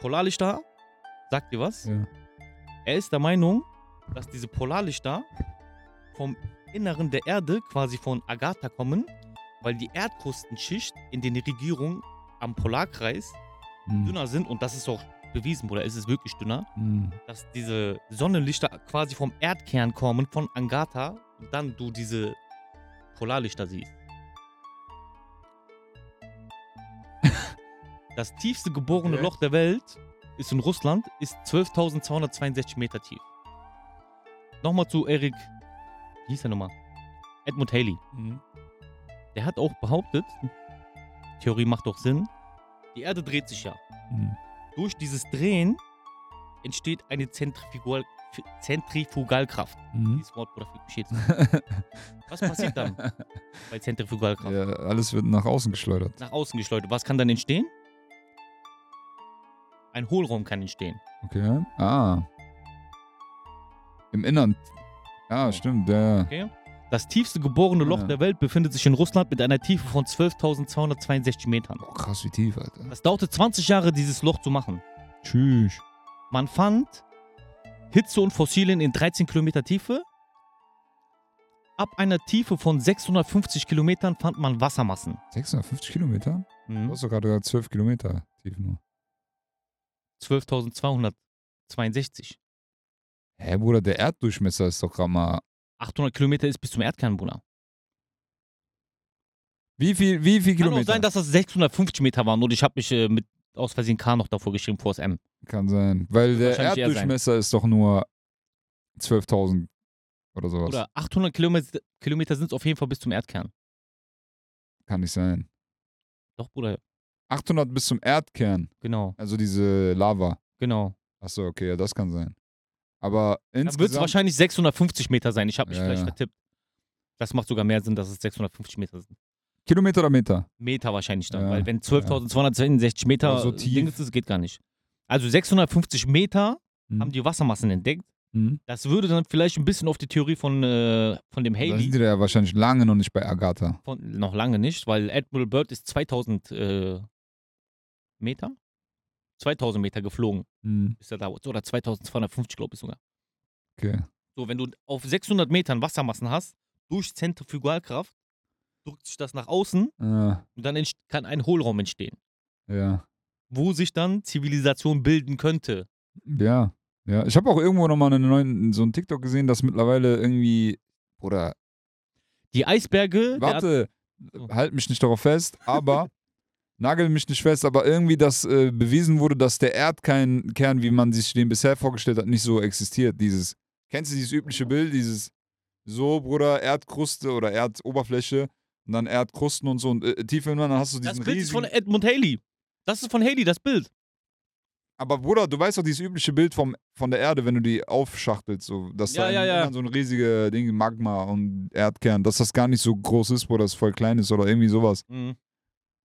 [SPEAKER 3] Polarlichter, sagt ihr was?
[SPEAKER 1] Ja.
[SPEAKER 3] Er ist der Meinung, dass diese Polarlichter vom Inneren der Erde, quasi von Agatha kommen, weil die Erdkrustenschicht in den Regierungen am Polarkreis
[SPEAKER 1] Mhm.
[SPEAKER 3] dünner sind und das ist auch bewiesen, Bruder, es ist wirklich dünner,
[SPEAKER 1] Mhm.
[SPEAKER 3] dass diese Sonnenlichter quasi vom Erdkern kommen, von Agatha und dann du diese Polarlichter siehst. Das tiefste geborene
[SPEAKER 1] Okay.
[SPEAKER 3] Loch der Welt ist in Russland, ist 12.262 Meter tief. Nochmal zu Erik, wie hieß er nochmal? Edmund Haley.
[SPEAKER 1] Mhm.
[SPEAKER 3] Der hat auch behauptet, Theorie macht doch Sinn, die Erde dreht sich ja.
[SPEAKER 1] Mhm.
[SPEAKER 3] Durch dieses Drehen entsteht eine Zentrifugal F- Zentrifugalkraft.
[SPEAKER 1] Mhm.
[SPEAKER 3] Dieses Wort, Bruder, fickt mich jetzt. Was passiert dann bei Zentrifugalkraft?
[SPEAKER 1] Ja, alles wird nach außen geschleudert.
[SPEAKER 3] Nach außen geschleudert. Was kann dann entstehen? Ein Hohlraum kann entstehen.
[SPEAKER 1] Okay. Ah. Im Innern. Ja, stimmt. Ja.
[SPEAKER 3] Das tiefste geborene Loch
[SPEAKER 1] Ja.
[SPEAKER 3] der Welt befindet sich in Russland mit einer Tiefe von 12.262 Metern.
[SPEAKER 1] Boah, krass, wie tief, Alter.
[SPEAKER 3] Das dauerte 20 Jahre, dieses Loch zu machen.
[SPEAKER 1] Tschüss.
[SPEAKER 3] Man fand Hitze und Fossilien in 13 Kilometer Tiefe. Ab einer Tiefe von 650 Kilometern fand man Wassermassen.
[SPEAKER 1] 650 Kilometer? Du
[SPEAKER 3] Mhm.
[SPEAKER 1] hast doch gerade 12 Kilometer tief nur.
[SPEAKER 3] 12.262.
[SPEAKER 1] Hä, Bruder, der Erddurchmesser ist doch gerade mal.
[SPEAKER 3] 800 Kilometer ist bis zum Erdkern, Bruder.
[SPEAKER 1] Wie viel, wie viel
[SPEAKER 3] Kann auch
[SPEAKER 1] Kilometer?
[SPEAKER 3] sein, dass das 650 Meter waren und ich habe mich äh, mit aus Versehen K noch davor geschrieben, vor das M.
[SPEAKER 1] Kann sein. Weil der
[SPEAKER 3] Wahrscheinlich eher sein.
[SPEAKER 1] Erddurchmesser ist doch nur 12.000 oder sowas.
[SPEAKER 3] Oder 800 Kilometer, Kilometer sind es auf jeden Fall bis zum Erdkern.
[SPEAKER 1] Kann nicht sein.
[SPEAKER 3] Doch, Bruder,
[SPEAKER 1] 800 bis zum Erdkern.
[SPEAKER 3] genau,
[SPEAKER 1] Also diese Lava.
[SPEAKER 3] genau.
[SPEAKER 1] Achso, okay, ja, das kann sein. Aber
[SPEAKER 3] Dann wird es
[SPEAKER 1] insgesamt.
[SPEAKER 3] wahrscheinlich 650 Meter sein. Ich habe mich
[SPEAKER 1] Ja,
[SPEAKER 3] vielleicht
[SPEAKER 1] ja.
[SPEAKER 3] vertippt. Das macht sogar mehr Sinn, dass es 650 Meter sind.
[SPEAKER 1] Kilometer oder Meter?
[SPEAKER 3] Meter wahrscheinlich dann,
[SPEAKER 1] Ja,
[SPEAKER 3] weil wenn 12.262 Meter
[SPEAKER 1] Aber so tief.
[SPEAKER 3] Ding ist, das geht gar nicht. Also 650 Meter
[SPEAKER 1] Mhm.
[SPEAKER 3] haben die Wassermassen entdeckt.
[SPEAKER 1] Mhm.
[SPEAKER 3] Das würde dann vielleicht ein bisschen auf die Theorie von, äh, von dem
[SPEAKER 1] Da sind
[SPEAKER 3] Haley,
[SPEAKER 1] die da ja wahrscheinlich lange noch nicht bei Agatha.
[SPEAKER 3] von, noch lange nicht, weil Admiral Byrd ist 2000 äh, Meter, 2000 Meter geflogen,
[SPEAKER 1] Mhm.
[SPEAKER 3] ist er da, oder 2250 glaube ich sogar.
[SPEAKER 1] Okay.
[SPEAKER 3] So, wenn du auf 600 Metern Wassermassen hast, durch Zentrifugalkraft, drückt sich das nach außen
[SPEAKER 1] Ah,
[SPEAKER 3] und dann entst- kann ein Hohlraum entstehen.
[SPEAKER 1] ja.
[SPEAKER 3] wo sich dann Zivilisation bilden könnte.
[SPEAKER 1] Ja. Ja. Ich habe auch irgendwo nochmal einen neuen, so einen TikTok gesehen, dass mittlerweile irgendwie. Oder.
[SPEAKER 3] Die Eisberge, der,
[SPEAKER 1] Warte,
[SPEAKER 3] Oh.
[SPEAKER 1] halt mich nicht darauf fest, aber. Nagel mich nicht fest, aber irgendwie das äh, bewiesen wurde, dass der Erdkern, Kern, wie man sich den bisher vorgestellt hat, nicht so existiert. Dieses, kennst du dieses übliche Bild, dieses so, Bruder, Erdkruste oder Erdoberfläche und dann Erdkrusten und so und äh, tief im Innern dann hast du
[SPEAKER 3] das
[SPEAKER 1] diesen
[SPEAKER 3] Bild ist von
[SPEAKER 1] riesigen
[SPEAKER 3] Edmund Haley. Das ist von Haley, das Bild.
[SPEAKER 1] Aber Bruder, du weißt doch dieses übliche Bild vom, von der Erde, wenn du die aufschachtelst, so, dass
[SPEAKER 3] Ja,
[SPEAKER 1] da im
[SPEAKER 3] ja, ja.
[SPEAKER 1] Innern so ein riesiger Ding, Magma und Erdkern, dass das gar nicht so groß ist, Bruder, dass es voll klein ist oder irgendwie sowas.
[SPEAKER 3] Mhm.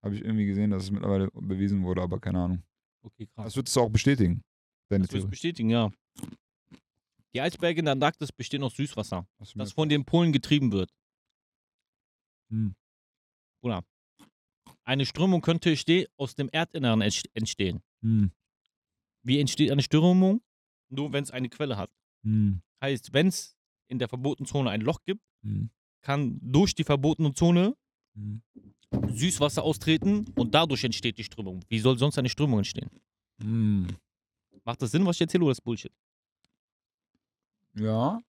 [SPEAKER 1] Habe ich irgendwie gesehen, dass es mittlerweile bewiesen wurde, aber keine Ahnung.
[SPEAKER 3] Okay, krass.
[SPEAKER 1] Das würdest du auch bestätigen, deine
[SPEAKER 3] Das würde ich
[SPEAKER 1] Theorie.
[SPEAKER 3] bestätigen, ja. Die Eisberge in der Antarktis bestehen aus Süßwasser,
[SPEAKER 1] Hast du mir-
[SPEAKER 3] das von den Polen getrieben wird.
[SPEAKER 1] Hm.
[SPEAKER 3] Bruder, eine Strömung könnte ste- aus dem Erdinneren entst- entstehen.
[SPEAKER 1] Hm,
[SPEAKER 3] Wie entsteht eine Strömung? Nur wenn es eine Quelle hat.
[SPEAKER 1] hm,
[SPEAKER 3] Heißt, wenn es in der verbotenen Zone ein Loch gibt,
[SPEAKER 1] hm,
[SPEAKER 3] kann durch die verbotene Zone
[SPEAKER 1] hm,
[SPEAKER 3] Süßwasser austreten und dadurch entsteht die Strömung. Wie soll sonst eine Strömung entstehen?
[SPEAKER 1] hm.
[SPEAKER 3] Macht das Sinn, was ich erzähle, oder ist Bullshit?
[SPEAKER 1] Ja.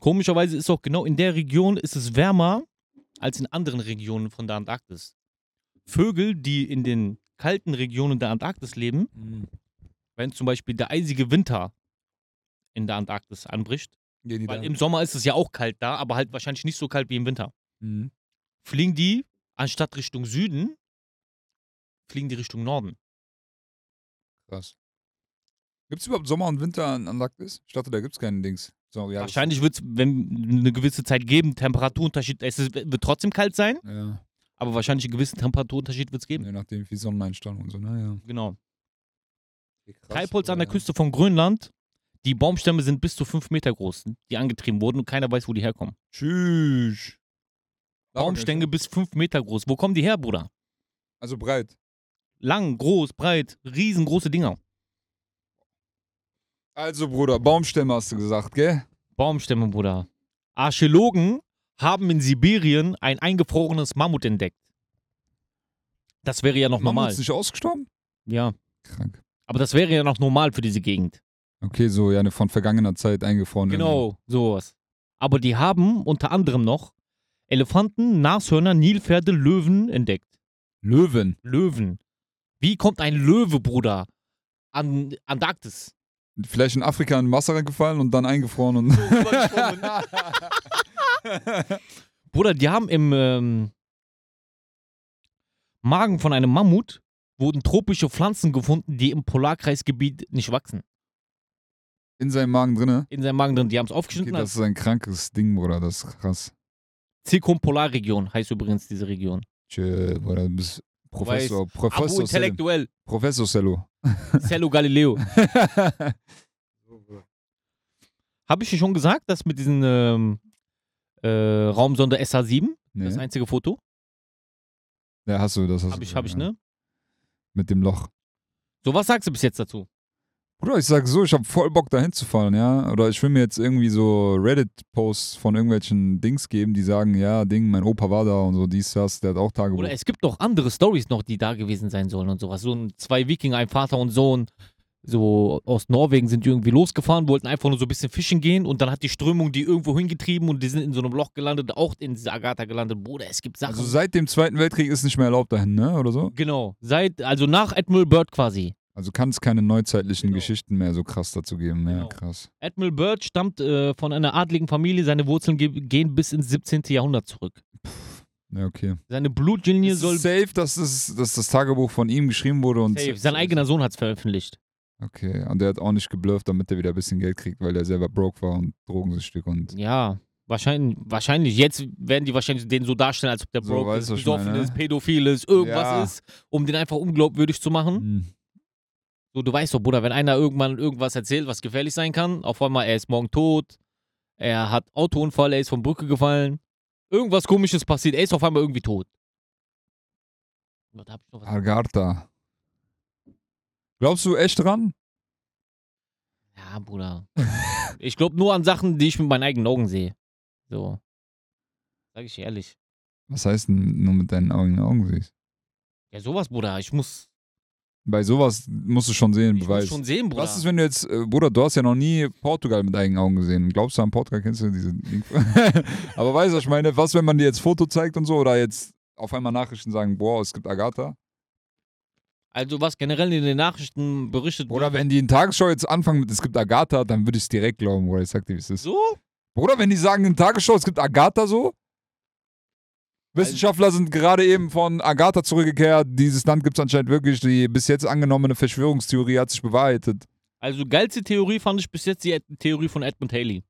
[SPEAKER 3] Komischerweise ist auch genau in der Region ist es wärmer als in anderen Regionen von der Antarktis. Vögel, die in den kalten Regionen der Antarktis leben,
[SPEAKER 1] Hm.
[SPEAKER 3] wenn zum Beispiel der eisige Winter in der Antarktis anbricht,
[SPEAKER 1] Gehen die
[SPEAKER 3] weil
[SPEAKER 1] da?
[SPEAKER 3] im Sommer ist es ja auch kalt da, aber halt wahrscheinlich nicht so kalt wie im Winter,
[SPEAKER 1] Hm.
[SPEAKER 3] fliegen die Anstatt Richtung Süden fliegen die Richtung Norden.
[SPEAKER 1] Krass. Gibt es überhaupt Sommer und Winter an Antarktis? Ich dachte, da gibt es keinen Dings. So, ja,
[SPEAKER 3] Wahrscheinlich wird es, wenn eine gewisse Zeit geben, Temperaturunterschied, es ist, wird trotzdem kalt sein,
[SPEAKER 1] Ja,
[SPEAKER 3] aber wahrscheinlich einen gewissen Temperaturunterschied wird es geben.
[SPEAKER 1] je nachdem, wie Sonneneinstrahlung und so, ne, naja.
[SPEAKER 3] Genau.
[SPEAKER 1] Krass,
[SPEAKER 3] Treibholz an
[SPEAKER 1] aber ja.
[SPEAKER 3] der Küste von Grönland. Die Baumstämme sind bis zu 5 Meter groß, die angetrieben wurden und keiner weiß, wo die herkommen.
[SPEAKER 1] Tschüss.
[SPEAKER 3] Baumstänge bis 5 Meter groß. Wo kommen die her, Bruder?
[SPEAKER 1] Also breit.
[SPEAKER 3] Lang, groß, breit, riesengroße Dinger.
[SPEAKER 1] Also, Bruder, Baumstämme hast du gesagt, gell?
[SPEAKER 3] Baumstämme, Bruder. Archäologen haben in Sibirien ein eingefrorenes Mammut entdeckt. Das wäre ja noch normal.
[SPEAKER 1] Mammuts nicht ausgestorben?
[SPEAKER 3] Ja,
[SPEAKER 1] Krank.
[SPEAKER 3] aber das wäre ja noch normal für diese Gegend.
[SPEAKER 1] Okay, so, ja, eine von vergangener Zeit eingefrorene.
[SPEAKER 3] Genau, sowas. Aber die haben unter anderem noch Elefanten, Nashörner, Nilpferde, Löwen entdeckt.
[SPEAKER 1] Löwen.
[SPEAKER 3] Löwen. Wie kommt ein Löwe, Bruder, an Antarktis?
[SPEAKER 1] Vielleicht in Afrika in Wasser gefallen und dann eingefroren und.
[SPEAKER 3] Bruder, die haben im ähm, Magen von einem Mammut wurden tropische Pflanzen gefunden, die im Polarkreisgebiet nicht wachsen.
[SPEAKER 1] in seinem Magen drinne.
[SPEAKER 3] In seinem Magen drin. Die haben es
[SPEAKER 1] Okay,
[SPEAKER 3] aufgeschnitten.
[SPEAKER 1] das
[SPEAKER 3] als
[SPEAKER 1] ist ein krankes Ding, Bruder. Das ist krass.
[SPEAKER 3] Zirkumpolarregion heißt übrigens diese Region.
[SPEAKER 1] Tschö, Bruder, du bist Professor.
[SPEAKER 3] Abu
[SPEAKER 1] Professor Selim.
[SPEAKER 3] intellektuell.
[SPEAKER 1] Professor Cello.
[SPEAKER 3] Cello Galileo. Habe ich dir schon gesagt, das mit diesem ähm, äh, Raumsonde SH7?
[SPEAKER 1] nee.
[SPEAKER 3] Das einzige Foto?
[SPEAKER 1] Ja, hast du, das hast
[SPEAKER 3] Habe
[SPEAKER 1] du.
[SPEAKER 3] ich, habe ich,
[SPEAKER 1] ja.
[SPEAKER 3] ne?
[SPEAKER 1] Mit dem Loch.
[SPEAKER 3] So, was sagst du bis jetzt dazu?
[SPEAKER 1] Bruder, ich sag so, ich habe voll Bock dahin zu fahren, ja. Oder ich will mir jetzt irgendwie so Reddit-Posts von irgendwelchen Dings geben, die sagen, ja, Ding, mein Opa war da und so, dies, das, der hat auch Tagebuch.
[SPEAKER 3] Oder es gibt noch andere Stories noch, die da gewesen sein sollen und sowas. So ein zwei Wikinger, ein Vater und Sohn, so aus Norwegen sind die irgendwie losgefahren, wollten einfach nur so ein bisschen fischen gehen und dann hat die Strömung die irgendwo hingetrieben und die sind in so einem Loch gelandet, auch in dieser Agatha gelandet. Bruder, es gibt Sachen.
[SPEAKER 1] Also seit dem Zweiten Weltkrieg ist nicht mehr erlaubt dahin, ne? Oder so?
[SPEAKER 3] genau, seit also nach Admiral Byrd quasi.
[SPEAKER 1] Also kann es keine neuzeitlichen
[SPEAKER 3] Genau.
[SPEAKER 1] Geschichten mehr so krass dazu geben. Ja,
[SPEAKER 3] Genau.
[SPEAKER 1] krass.
[SPEAKER 3] Admiral Byrd stammt äh, von einer adligen Familie, seine Wurzeln ge gehen bis ins 17. Jahrhundert zurück.
[SPEAKER 1] Ja, okay.
[SPEAKER 3] Seine Blutlinie
[SPEAKER 1] Ist
[SPEAKER 3] soll
[SPEAKER 1] es safe, dass das, dass das Tagebuch von ihm geschrieben wurde und.
[SPEAKER 3] safe. sein eigener Sohn hat es veröffentlicht.
[SPEAKER 1] Okay, und der hat auch nicht geblufft, damit er wieder ein bisschen Geld kriegt, weil er selber broke war und Drogensüchtig und.
[SPEAKER 3] Ja, wahrscheinlich, wahrscheinlich. Jetzt werden die wahrscheinlich den so darstellen, als ob der
[SPEAKER 1] So,
[SPEAKER 3] Broke
[SPEAKER 1] weißt
[SPEAKER 3] ist,
[SPEAKER 1] du, was ich meine,
[SPEAKER 3] besoffen
[SPEAKER 1] ne?
[SPEAKER 3] ist, pädophil ist, irgendwas
[SPEAKER 1] Ja.
[SPEAKER 3] ist, um den einfach unglaubwürdig zu machen.
[SPEAKER 1] Hm.
[SPEAKER 3] So, du weißt doch, Bruder, wenn einer irgendwann irgendwas erzählt, was gefährlich sein kann, auf einmal, er ist morgen tot, er hat Autounfall, er ist von Brücke gefallen, irgendwas komisches passiert, er ist auf einmal irgendwie tot. Ja, Da hab ich noch was.
[SPEAKER 1] Agartha. Glaubst du echt dran?
[SPEAKER 3] Ja, Bruder. ich glaube nur an Sachen, die ich mit meinen eigenen Augen sehe. So. Sag ich dir ehrlich.
[SPEAKER 1] Was heißt denn nur mit deinen Augen Augen siehst?
[SPEAKER 3] Ja, sowas, Bruder. Ich muss,
[SPEAKER 1] Bei sowas musst du schon sehen,
[SPEAKER 3] ich muss
[SPEAKER 1] Beweis.
[SPEAKER 3] schon sehen, Bruder.
[SPEAKER 1] Was ist, wenn du jetzt, äh, Bruder, du hast ja noch nie Portugal mit eigenen Augen gesehen. Glaubst du an Portugal, kennst du diese Ding? Aber weißt du, was ich meine, was, wenn man dir jetzt Foto zeigt und so oder jetzt auf einmal Nachrichten sagen, boah, es gibt Agatha?
[SPEAKER 3] Also was generell in den Nachrichten berichtet
[SPEAKER 1] Oder
[SPEAKER 3] wird.
[SPEAKER 1] wenn die in Tagesschau jetzt anfangen mit, es gibt Agatha, dann würde ich es direkt glauben, Bruder, ich sag dir, wie es ist.
[SPEAKER 3] so?
[SPEAKER 1] Bruder, wenn die sagen in Tagesschau, es gibt Agatha so? Wissenschaftler
[SPEAKER 3] Also
[SPEAKER 1] sind gerade eben von Agatha zurückgekehrt. Dieses Land gibt es anscheinend wirklich. Die bis jetzt angenommene Verschwörungstheorie hat sich bewahrheitet.
[SPEAKER 3] Also geilste Theorie fand ich bis jetzt die Ed- Theorie von Edmund Haley.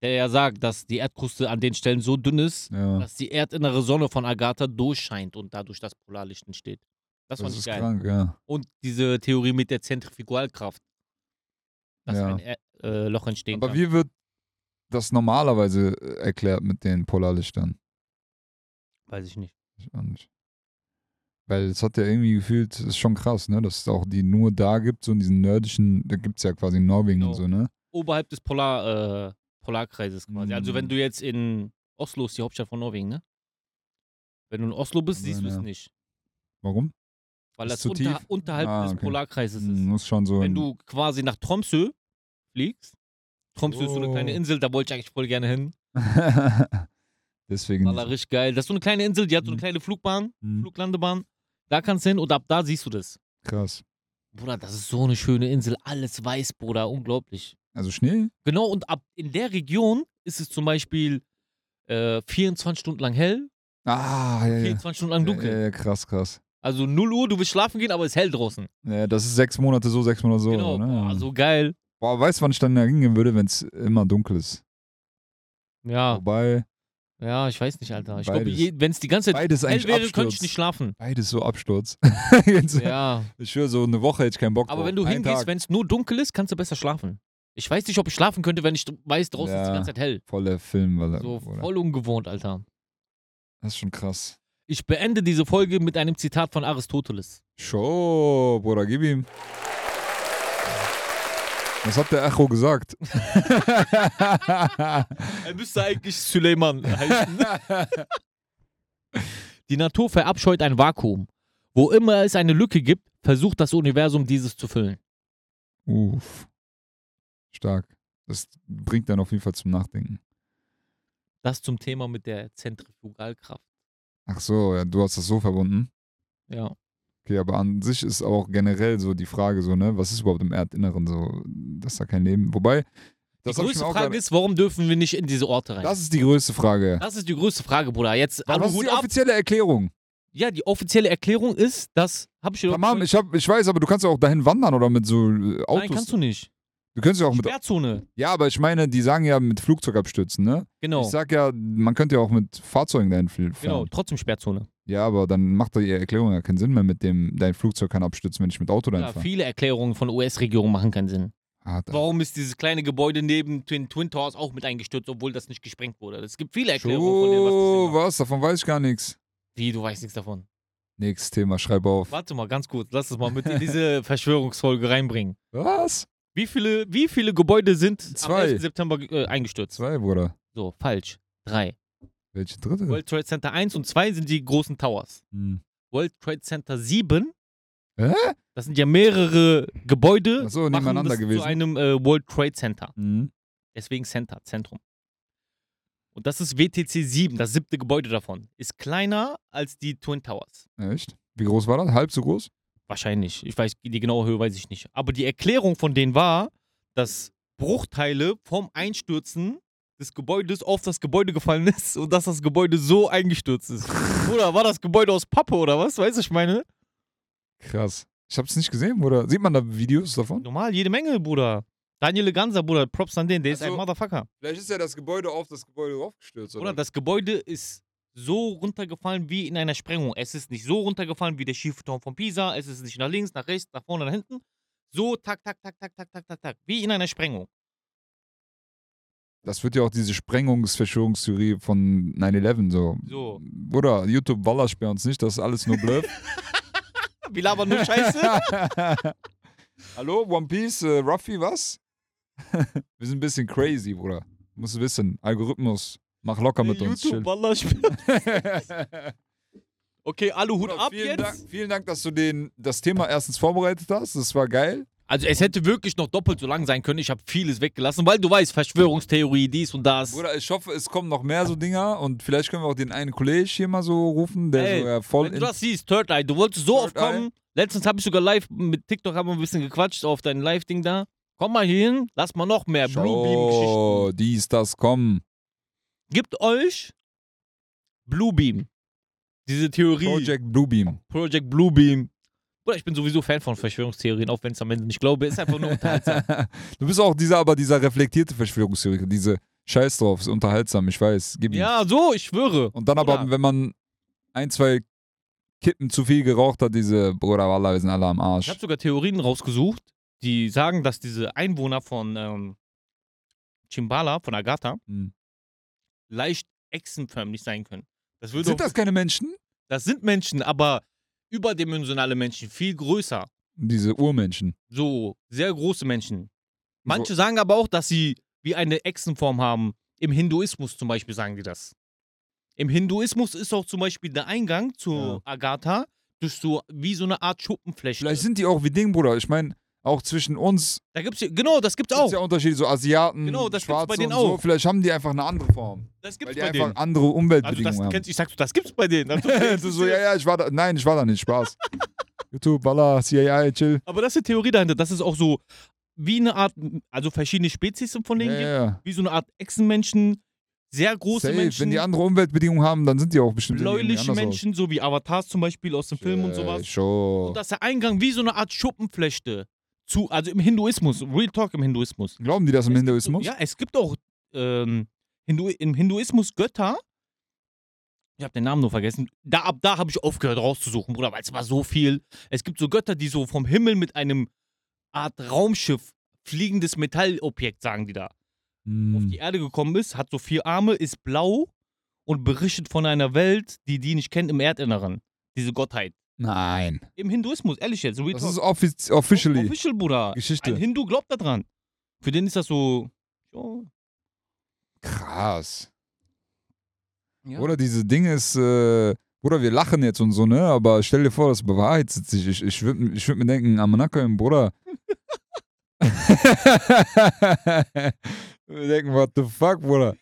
[SPEAKER 3] Der ja sagt, dass die Erdkruste an den Stellen so dünn ist,
[SPEAKER 1] Ja.
[SPEAKER 3] dass die erdinnere Sonne von Agatha durchscheint und dadurch das Polarlicht entsteht. Das, fand ich geil.
[SPEAKER 1] krank, ja.
[SPEAKER 3] Und diese Theorie mit der Zentrifugalkraft, dass
[SPEAKER 1] Ja.
[SPEAKER 3] ein er äh, Loch entstehen
[SPEAKER 1] Aber
[SPEAKER 3] kann.
[SPEAKER 1] wie wird das normalerweise äh, erklärt mit den Polarlichtern?
[SPEAKER 3] Weiß ich nicht.
[SPEAKER 1] Ich auch nicht. Weil es hat ja irgendwie gefühlt, ist schon krass, ne? Dass es auch die nur da gibt, so in diesen nördlichen, da gibt es ja quasi in Norwegen und
[SPEAKER 3] Genau.
[SPEAKER 1] so, ne?
[SPEAKER 3] Oberhalb des Polar, äh, Polarkreises quasi. Also
[SPEAKER 1] Mhm.
[SPEAKER 3] wenn du jetzt in Oslo ist die Hauptstadt von Norwegen, ne? Wenn du in Oslo bist,
[SPEAKER 1] Kann
[SPEAKER 3] siehst
[SPEAKER 1] sein,
[SPEAKER 3] du es
[SPEAKER 1] ja.
[SPEAKER 3] nicht.
[SPEAKER 1] Warum?
[SPEAKER 3] Weil
[SPEAKER 1] Ist
[SPEAKER 3] das
[SPEAKER 1] zu
[SPEAKER 3] unter,
[SPEAKER 1] tief?
[SPEAKER 3] unterhalb
[SPEAKER 1] Ah,
[SPEAKER 3] des
[SPEAKER 1] okay.
[SPEAKER 3] Polarkreises ist.
[SPEAKER 1] Hm, Muss schon so.
[SPEAKER 3] Wenn
[SPEAKER 1] in-
[SPEAKER 3] du quasi nach Tromsø fliegst, Tromsø ist so eine
[SPEAKER 1] Oh.
[SPEAKER 3] kleine Insel, da wollte ich eigentlich voll gerne hin.
[SPEAKER 1] Deswegen.
[SPEAKER 3] War richtig geil. Das ist so eine kleine Insel, die hat so eine
[SPEAKER 1] Mhm.
[SPEAKER 3] kleine Flugbahn,
[SPEAKER 1] Hm,
[SPEAKER 3] Fluglandebahn. Da kannst du hin und ab da siehst du das.
[SPEAKER 1] krass.
[SPEAKER 3] Bruder, das ist so eine schöne Insel. Alles weiß, Bruder. Unglaublich.
[SPEAKER 1] Also Schnee?
[SPEAKER 3] Genau, und ab in der Region ist es zum Beispiel äh, 24 Stunden lang hell,
[SPEAKER 1] Ah, ja, ja.
[SPEAKER 3] 24 Stunden lang dunkel.
[SPEAKER 1] Ja, ja, krass, krass.
[SPEAKER 3] Also 0 Uhr, du willst schlafen gehen, aber es ist hell draußen.
[SPEAKER 1] Ja, das ist sechs Monate so, sechs Monate so.
[SPEAKER 3] genau.
[SPEAKER 1] Ne?
[SPEAKER 3] Boah, so geil.
[SPEAKER 1] Boah, weißt du, wann ich dann da hingehen würde, wenn es immer dunkel ist?
[SPEAKER 3] Ja,
[SPEAKER 1] Wobei,
[SPEAKER 3] ja, ich weiß nicht, Alter. Ich glaube,
[SPEAKER 1] Beides.
[SPEAKER 3] wenn es die ganze Zeit
[SPEAKER 1] beides
[SPEAKER 3] hell
[SPEAKER 1] eigentlich
[SPEAKER 3] wäre,
[SPEAKER 1] Absturz.
[SPEAKER 3] könnte ich nicht schlafen.
[SPEAKER 1] Beides so Absturz.
[SPEAKER 3] Ja.
[SPEAKER 1] Ich schwöre, so eine Woche hätte ich keinen Bock
[SPEAKER 3] Aber
[SPEAKER 1] drauf.
[SPEAKER 3] wenn du
[SPEAKER 1] Einen
[SPEAKER 3] hingehst,
[SPEAKER 1] Tag.
[SPEAKER 3] wenn es nur dunkel ist, kannst du besser schlafen. Ich weiß nicht, ob ich schlafen könnte, wenn ich weiß, draußen ist die
[SPEAKER 1] Ja.
[SPEAKER 3] ganze Zeit hell.
[SPEAKER 1] Voller Film, weil
[SPEAKER 3] So
[SPEAKER 1] oder?
[SPEAKER 3] voll ungewohnt, Alter.
[SPEAKER 1] Das ist schon krass.
[SPEAKER 3] Ich beende diese Folge mit einem Zitat von Aristoteles.
[SPEAKER 1] Show, Bruder, gib ihm. Was hat der Echo gesagt?
[SPEAKER 3] Er müsste eigentlich Suleiman heißen. Die Natur verabscheut ein Vakuum. Wo immer es eine Lücke gibt, versucht das Universum dieses zu füllen.
[SPEAKER 1] Uff. Stark. Das bringt dann auf jeden Fall zum Nachdenken.
[SPEAKER 3] Das zum Thema mit der Zentrifugalkraft.
[SPEAKER 1] Ach so, ja, du hast das so verbunden.
[SPEAKER 3] Ja.
[SPEAKER 1] Okay, aber an sich ist auch generell so die Frage so, ne, was ist überhaupt im Erdinneren so, dass da kein Leben. Wobei, das
[SPEAKER 3] die
[SPEAKER 1] hab ich
[SPEAKER 3] größte
[SPEAKER 1] mir auch
[SPEAKER 3] Frage
[SPEAKER 1] gerade-
[SPEAKER 3] ist, warum dürfen wir nicht in diese Orte rein? Das,
[SPEAKER 1] Das ist die größte Frage.
[SPEAKER 3] ist die größte Frage, Bruder. Jetzt
[SPEAKER 1] Aber was ist
[SPEAKER 3] Aluhut
[SPEAKER 1] die
[SPEAKER 3] ab.
[SPEAKER 1] offizielle Erklärung?
[SPEAKER 3] Ja, die offizielle Erklärung ist, dass habe ich dir doch
[SPEAKER 1] Tamam, ich, hab, ich weiß, aber du kannst ja auch dahin wandern oder mit so äh, Autos.
[SPEAKER 3] Nein, kannst du nicht.
[SPEAKER 1] Du könntest ja auch mit.
[SPEAKER 3] Sperrzone.
[SPEAKER 1] Ja, aber ich meine, die sagen ja mit Flugzeug abstützen, ne?
[SPEAKER 3] Genau.
[SPEAKER 1] Ich sag ja, man könnte ja auch mit Fahrzeugen dahin fl- fahren.
[SPEAKER 3] Genau, trotzdem Sperrzone.
[SPEAKER 1] Ja, aber dann macht doch die Erklärung ja keinen Sinn mehr mit dem, dein Flugzeug kann abstützen, wenn ich mit Auto dahin
[SPEAKER 3] Ja,
[SPEAKER 1] fahre.
[SPEAKER 3] viele Erklärungen von US-Regierung machen keinen Sinn.
[SPEAKER 1] Ah, da-
[SPEAKER 3] Warum ist dieses kleine Gebäude neben den Twin Towers auch mit eingestürzt, obwohl das nicht gesprengt wurde? Es gibt viele Erklärungen von denen, was das Sinn
[SPEAKER 1] Oh,
[SPEAKER 3] macht.
[SPEAKER 1] was? Davon weiß ich gar nichts.
[SPEAKER 3] Wie, du weißt nichts davon.
[SPEAKER 1] Nächstes Thema, schreib auf.
[SPEAKER 3] Warte mal, ganz kurz, lass es mal mit in diese Verschwörungsfolge reinbringen.
[SPEAKER 1] Was?
[SPEAKER 3] Wie viele, wie viele Gebäude sind
[SPEAKER 1] Zwei.
[SPEAKER 3] am 11. September äh, eingestürzt?
[SPEAKER 1] Zwei, Bruder.
[SPEAKER 3] So, falsch. Drei.
[SPEAKER 1] Welche dritte?
[SPEAKER 3] World Trade Center 1 und 2 sind die großen Towers.
[SPEAKER 1] Hm.
[SPEAKER 3] World Trade Center 7.
[SPEAKER 1] Hä?
[SPEAKER 3] Das sind ja mehrere Gebäude.
[SPEAKER 1] Ach so,
[SPEAKER 3] machen
[SPEAKER 1] nebeneinander
[SPEAKER 3] das
[SPEAKER 1] gewesen.
[SPEAKER 3] Zu einem äh, World Trade Center.
[SPEAKER 1] Hm.
[SPEAKER 3] Deswegen Center, Zentrum. Und das ist WTC 7, das siebte Gebäude davon. Ist kleiner als die Twin Towers.
[SPEAKER 1] Echt? Wie groß war das? Halb so groß?
[SPEAKER 3] Wahrscheinlich. Ich weiß, die genaue Höhe weiß ich nicht. Aber die Erklärung von denen war, dass Bruchteile vom Einstürzen des Gebäudes auf das Gebäude gefallen ist und dass das Gebäude so eingestürzt ist. Oder war das Gebäude aus Pappe oder was? Weißt du, ich meine?
[SPEAKER 1] Krass. Ich hab's nicht gesehen, Bruder. Sieht man da Videos davon?
[SPEAKER 3] Normal, jede Menge, Bruder. Daniel Ganser, Bruder, Props an den, der ist
[SPEAKER 1] Also-
[SPEAKER 3] ein Motherfucker.
[SPEAKER 1] Vielleicht ist ja das Gebäude auf das Gebäude draufgestürzt,
[SPEAKER 3] Bruder, das Gebäude ist so runtergefallen wie in einer Sprengung. Es ist nicht so runtergefallen wie der schiefe Turm von Pisa, es ist nicht nach links, nach rechts, nach vorne, nach hinten. So, tak, tak, tak, tak, tak, tak, tak, tak, wie in einer Sprengung.
[SPEAKER 1] Das wird ja auch diese Sprengungsverschwörungstheorie von 9-11 so.
[SPEAKER 3] So.
[SPEAKER 1] Bruder, YouTube Waller sperrt uns nicht, das ist alles nur Bluff.
[SPEAKER 3] Wir labern nur Scheiße.
[SPEAKER 1] Hallo, One Piece, äh, Ruffy, was? Wir sind ein bisschen crazy, Bruder. Musst du wissen, Algorithmus, mach locker mit uns. chill.
[SPEAKER 3] YouTube, chill. Okay, Aluhut
[SPEAKER 1] Bruder,
[SPEAKER 3] ab
[SPEAKER 1] vielen,
[SPEAKER 3] jetzt.
[SPEAKER 1] Dank, vielen Dank, dass du den, das Thema erstens vorbereitet hast. Das war geil.
[SPEAKER 3] Also es hätte wirklich noch doppelt so lang sein können. Ich habe vieles weggelassen, weil du weißt, Verschwörungstheorie, dies und das.
[SPEAKER 1] Bruder, ich hoffe, es kommen noch mehr so Dinger und vielleicht können wir auch den einen Kollege hier mal so rufen, der
[SPEAKER 3] Ey,
[SPEAKER 1] so ja, voll
[SPEAKER 3] Wenn du
[SPEAKER 1] in-
[SPEAKER 3] das siehst, Third Eye, du wolltest so
[SPEAKER 1] Third
[SPEAKER 3] oft kommen. Letztens habe ich sogar live mit TikTok haben wir ein bisschen gequatscht auf dein Live-Ding da. Komm mal hier hin, lass mal noch mehr Blue Beam-Geschichten.
[SPEAKER 1] Oh, dies, das, komm.
[SPEAKER 3] Gibt euch Blue Beam. Diese Theorie.
[SPEAKER 1] Project Bluebeam.
[SPEAKER 3] Project Blue Beam. Bruder, ich bin sowieso Fan von Verschwörungstheorien, auch wenn es am Ende nicht glaube, ist einfach nur unterhaltsam.
[SPEAKER 1] du bist auch dieser, aber dieser reflektierte Verschwörungstheoretiker, diese Scheiß drauf, ist unterhaltsam, ich weiß, gib ihm.
[SPEAKER 3] ja, so, ich schwöre.
[SPEAKER 1] Und dann aber,
[SPEAKER 3] Bruder.
[SPEAKER 1] wenn man ein, zwei Kippen zu viel geraucht hat, diese, Bruder, Wallah, wir sind alle am
[SPEAKER 3] Ich
[SPEAKER 1] Arsch.
[SPEAKER 3] habe sogar Theorien rausgesucht, die sagen, dass diese Einwohner von ähm, Chimbala, von Agatha,
[SPEAKER 1] Hm.
[SPEAKER 3] leicht echsenförmig sein können. Das würde
[SPEAKER 1] Sind
[SPEAKER 3] doch-
[SPEAKER 1] das keine Menschen?
[SPEAKER 3] Das sind Menschen, aber überdimensionale Menschen, viel größer.
[SPEAKER 1] Diese Urmenschen.
[SPEAKER 3] So, sehr große Menschen. Manche
[SPEAKER 1] So-
[SPEAKER 3] sagen aber auch, dass sie wie eine Echsenform haben. Im Hinduismus zum Beispiel sagen die das. Im Hinduismus ist auch zum Beispiel der Eingang zu
[SPEAKER 1] Ja.
[SPEAKER 3] Agatha durch so wie so eine Art Schuppenfläche.
[SPEAKER 1] Vielleicht sind die auch wie Ding, Bruder. Ich meine, auch zwischen uns
[SPEAKER 3] da gibt's ja- genau, das gibt's
[SPEAKER 1] gibt es
[SPEAKER 3] auch.
[SPEAKER 1] ja Unterschiede, so Asiaten,
[SPEAKER 3] Genau, das gibt's
[SPEAKER 1] Schwarze
[SPEAKER 3] bei denen
[SPEAKER 1] und so.
[SPEAKER 3] auch.
[SPEAKER 1] Vielleicht haben die einfach eine andere Form.
[SPEAKER 3] Das
[SPEAKER 1] Weil
[SPEAKER 3] gibt's
[SPEAKER 1] die
[SPEAKER 3] bei
[SPEAKER 1] einfach
[SPEAKER 3] denen.
[SPEAKER 1] andere
[SPEAKER 3] Also das
[SPEAKER 1] Umweltbedingungen
[SPEAKER 3] kennst, ich sag, das gibt's bei denen. Das
[SPEAKER 1] haben. du so, ja, ja, ich war da. Nein, ich war da nicht. Spaß. YouTube, Wallah, CIA, chill.
[SPEAKER 3] Aber das ist die Theorie dahinter. Das ist auch so wie eine Art, also verschiedene Spezies von
[SPEAKER 1] Ja,
[SPEAKER 3] denen gibt.
[SPEAKER 1] ja, ja.
[SPEAKER 3] wie so eine Art Echsenmenschen, Sehr große
[SPEAKER 1] Safe.
[SPEAKER 3] Menschen,
[SPEAKER 1] Wenn die andere Umweltbedingungen haben, dann sind die auch bestimmt irgendwie
[SPEAKER 3] bläuliche
[SPEAKER 1] anders
[SPEAKER 3] Menschen, so wie Avatars zum Beispiel aus dem
[SPEAKER 1] aus.
[SPEAKER 3] Film und sowas.
[SPEAKER 1] Äh, schon.
[SPEAKER 3] Und dass der Eingang wie so eine Art Schuppenflechte zu, also im Hinduismus, Real Talk im Hinduismus.
[SPEAKER 1] Glauben die das Also im Hinduismus?
[SPEAKER 3] Ja, es gibt auch ähm, Hindu im Hinduismus Götter. Ich habe den Namen nur vergessen. Da, ab da habe ich aufgehört rauszusuchen, Bruder, weil es war so viel. Es gibt so Götter, die so vom Himmel mit einem Art Raumschiff, fliegendes Metallobjekt, sagen die da,
[SPEAKER 1] Hm.
[SPEAKER 3] auf die Erde gekommen ist, hat so vier Arme, ist blau und berichtet von einer Welt, die die nicht kennt im Erdinneren. Diese Gottheit.
[SPEAKER 1] Nein.
[SPEAKER 3] Im Hinduismus, ehrlich jetzt. Real
[SPEAKER 1] Das
[SPEAKER 3] Talk.
[SPEAKER 1] ist offiz officially
[SPEAKER 3] Official, Bruder. Ein
[SPEAKER 1] Geschichte.
[SPEAKER 3] Hindu glaubt daran. Für den ist das so. ja,
[SPEAKER 1] Krass.
[SPEAKER 4] Ja.
[SPEAKER 1] Oder diese Dinge ist, äh, oder wir lachen jetzt und so, ne? Aber stell dir vor, das bewahrheitet sich. Ich, ich würde ich würd mir denken, Amanaka im Bruder. wir denken, what the fuck, Bruder?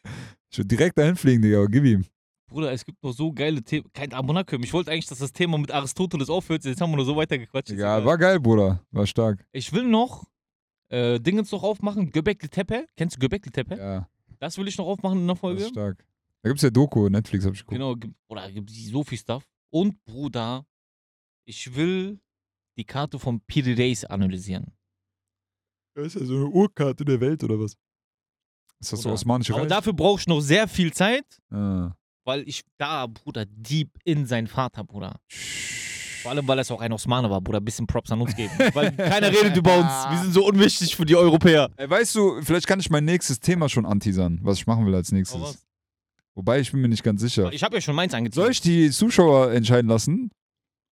[SPEAKER 1] Ich würde direkt dahin fliegen, Digga, aber gib ihm.
[SPEAKER 3] Bruder, es gibt noch so geile Themen. Kein Amonakum. Ich wollte eigentlich, dass das Thema mit Aristoteles aufhört. Jetzt haben wir nur so weitergequatscht. Ist
[SPEAKER 1] Egal,
[SPEAKER 3] egal.
[SPEAKER 1] war geil, Bruder. War stark.
[SPEAKER 3] Ich will noch äh, Dingens noch aufmachen. Göbekli Tepe. Kennst du Göbekli Tepe?
[SPEAKER 1] Ja,
[SPEAKER 3] Das will ich noch aufmachen in einer
[SPEAKER 1] war
[SPEAKER 3] Folge.
[SPEAKER 1] stark. Da gibt's ja Doku, Netflix hab ich geguckt.
[SPEAKER 3] Genau. gibt- Oder gibt so viel Stuff. Und Bruder, ich will die Karte von Piri Reis analysieren.
[SPEAKER 1] Das Genau. ist ja so eine Urkarte der Welt, oder was? Ist das so
[SPEAKER 3] Oder-
[SPEAKER 1] osmanische
[SPEAKER 3] Aber
[SPEAKER 1] Reich?
[SPEAKER 3] dafür brauche ich noch sehr viel Zeit.
[SPEAKER 1] Ah.
[SPEAKER 3] Weil ich da, Bruder, deep in seinen Vater, Bruder. Vor allem, weil es auch ein Osmaner war, Bruder. Bisschen Props an uns geben. weil keiner redet über uns. Wir sind so unwichtig für die Europäer.
[SPEAKER 1] Ey, weißt du, vielleicht kann ich mein nächstes Thema schon anteasern, was ich machen will als nächstes. Wobei, ich bin mir nicht ganz sicher.
[SPEAKER 3] Ich habe ja schon meins angezogen.
[SPEAKER 1] Soll ich die Zuschauer entscheiden lassen?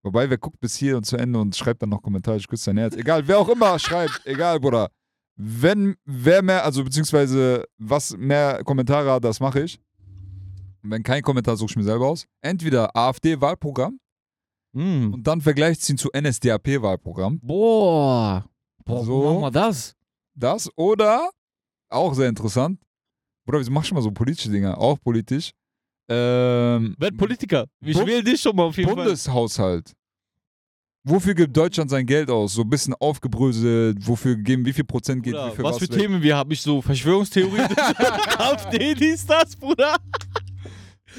[SPEAKER 1] Wobei, wer guckt bis hier und zu Ende und schreibt dann noch Kommentare, ich küsse dein Herz. Egal, wer auch immer schreibt, egal, Bruder. Wenn, wer mehr, also beziehungsweise was mehr Kommentare hat, das mache ich. Und wenn kein Kommentar, suche ich mir selber aus. Entweder AfD-Wahlprogramm
[SPEAKER 3] Hm.
[SPEAKER 1] und dann vergleicht ihn zu NSDAP-Wahlprogramm.
[SPEAKER 4] Boah. Boah,
[SPEAKER 1] So.
[SPEAKER 4] so. machen wir das?
[SPEAKER 1] Das oder, auch sehr interessant, Bruder, wieso machst du mal so politische Dinge? Auch politisch. Ähm,
[SPEAKER 3] Werd Politiker. Ich
[SPEAKER 1] Bund-
[SPEAKER 3] wähle dich schon mal auf jeden Fall.
[SPEAKER 1] Bundeshaushalt. Wofür gibt Deutschland sein Geld aus? So ein bisschen aufgebröselt. Wofür geben, wie viel Prozent geht
[SPEAKER 3] Bruder,
[SPEAKER 1] wie viel
[SPEAKER 3] was für
[SPEAKER 1] weg?
[SPEAKER 3] Themen wir haben? Ich so Verschwörungstheorien, AfD, dies, das, Bruder.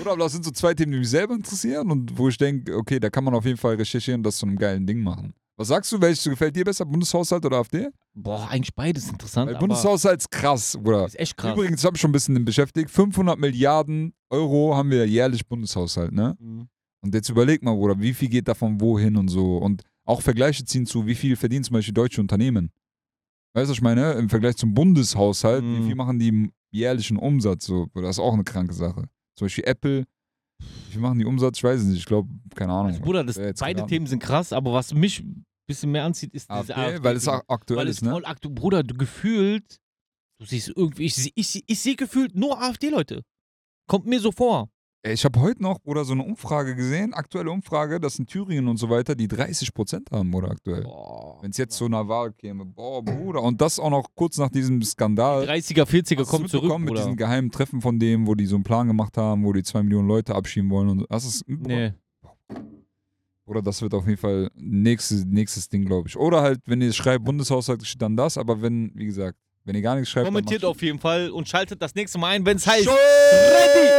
[SPEAKER 1] Oder aber das sind so zwei Themen, die mich selber interessieren und wo ich denke, okay, da kann man auf jeden Fall recherchieren und das zu einem geilen Ding machen. Was sagst du, welches gefällt dir besser, Bundeshaushalt oder AfD?
[SPEAKER 3] Boah, eigentlich beides interessant.
[SPEAKER 1] Weil
[SPEAKER 3] aber
[SPEAKER 1] Bundeshaushalt ist krass, Bruder.
[SPEAKER 3] ist echt krass.
[SPEAKER 1] Übrigens, ich habe mich schon ein bisschen beschäftigt. 500 Milliarden Euro haben wir jährlich Bundeshaushalt, ne?
[SPEAKER 3] Mhm.
[SPEAKER 1] Und jetzt überleg mal, Bruder, wie viel geht davon wohin und so. Und auch Vergleiche ziehen zu, wie viel verdienen zum Beispiel deutsche Unternehmen. Weißt du, was ich meine? Im Vergleich zum Bundeshaushalt, wie
[SPEAKER 3] Mhm.
[SPEAKER 1] viel machen die im jährlichen Umsatz? So, Bruder, das ist auch eine kranke Sache. Zum Beispiel Apple, wie viel machen die Umsatz? Ich weiß es nicht, ich glaube, keine Ahnung.
[SPEAKER 3] Also, Bruder, das,
[SPEAKER 1] Wer jetzt
[SPEAKER 3] beide
[SPEAKER 1] geraten?
[SPEAKER 3] Themen sind krass, aber was mich ein bisschen mehr anzieht, ist diese
[SPEAKER 1] AfD, weil es
[SPEAKER 3] AfD.
[SPEAKER 1] auch aktuell
[SPEAKER 3] Weil es
[SPEAKER 1] ist, ne?
[SPEAKER 3] voll aktuell, Bruder, du gefühlt, du siehst irgendwie, ich, seh- ich, seh- ich sehe gefühlt nur AfD-Leute. Kommt mir so vor.
[SPEAKER 1] Ey, ich habe heute noch, Bruder, so eine Umfrage gesehen, aktuelle Umfrage, dass in Thüringen und so weiter die 30% haben, Bruder, aktuell. Wenn es jetzt zu einer Wahl käme. Boah, Bruder. Und das auch noch kurz nach diesem Skandal.
[SPEAKER 3] 30er, 40er
[SPEAKER 1] Hast du's
[SPEAKER 3] kommen zurück,
[SPEAKER 1] mitbekommen mit
[SPEAKER 3] Bruder.
[SPEAKER 1] diesen geheimen Treffen von dem, wo die so einen Plan gemacht haben, wo die zwei Millionen Leute abschieben wollen und das ist
[SPEAKER 3] Nee.
[SPEAKER 1] oder das wird auf jeden Fall nächstes, nächstes Ding, glaube ich. Oder halt, wenn ihr schreibt Bundeshaushalt, steht dann das, aber wenn, wie gesagt, wenn ihr gar nichts schreibt,
[SPEAKER 3] Kommentiert
[SPEAKER 1] dann
[SPEAKER 3] auf jeden Fall und schaltet das nächste Mal ein, wenn es
[SPEAKER 1] macht-
[SPEAKER 3] heißt.
[SPEAKER 1] Ready!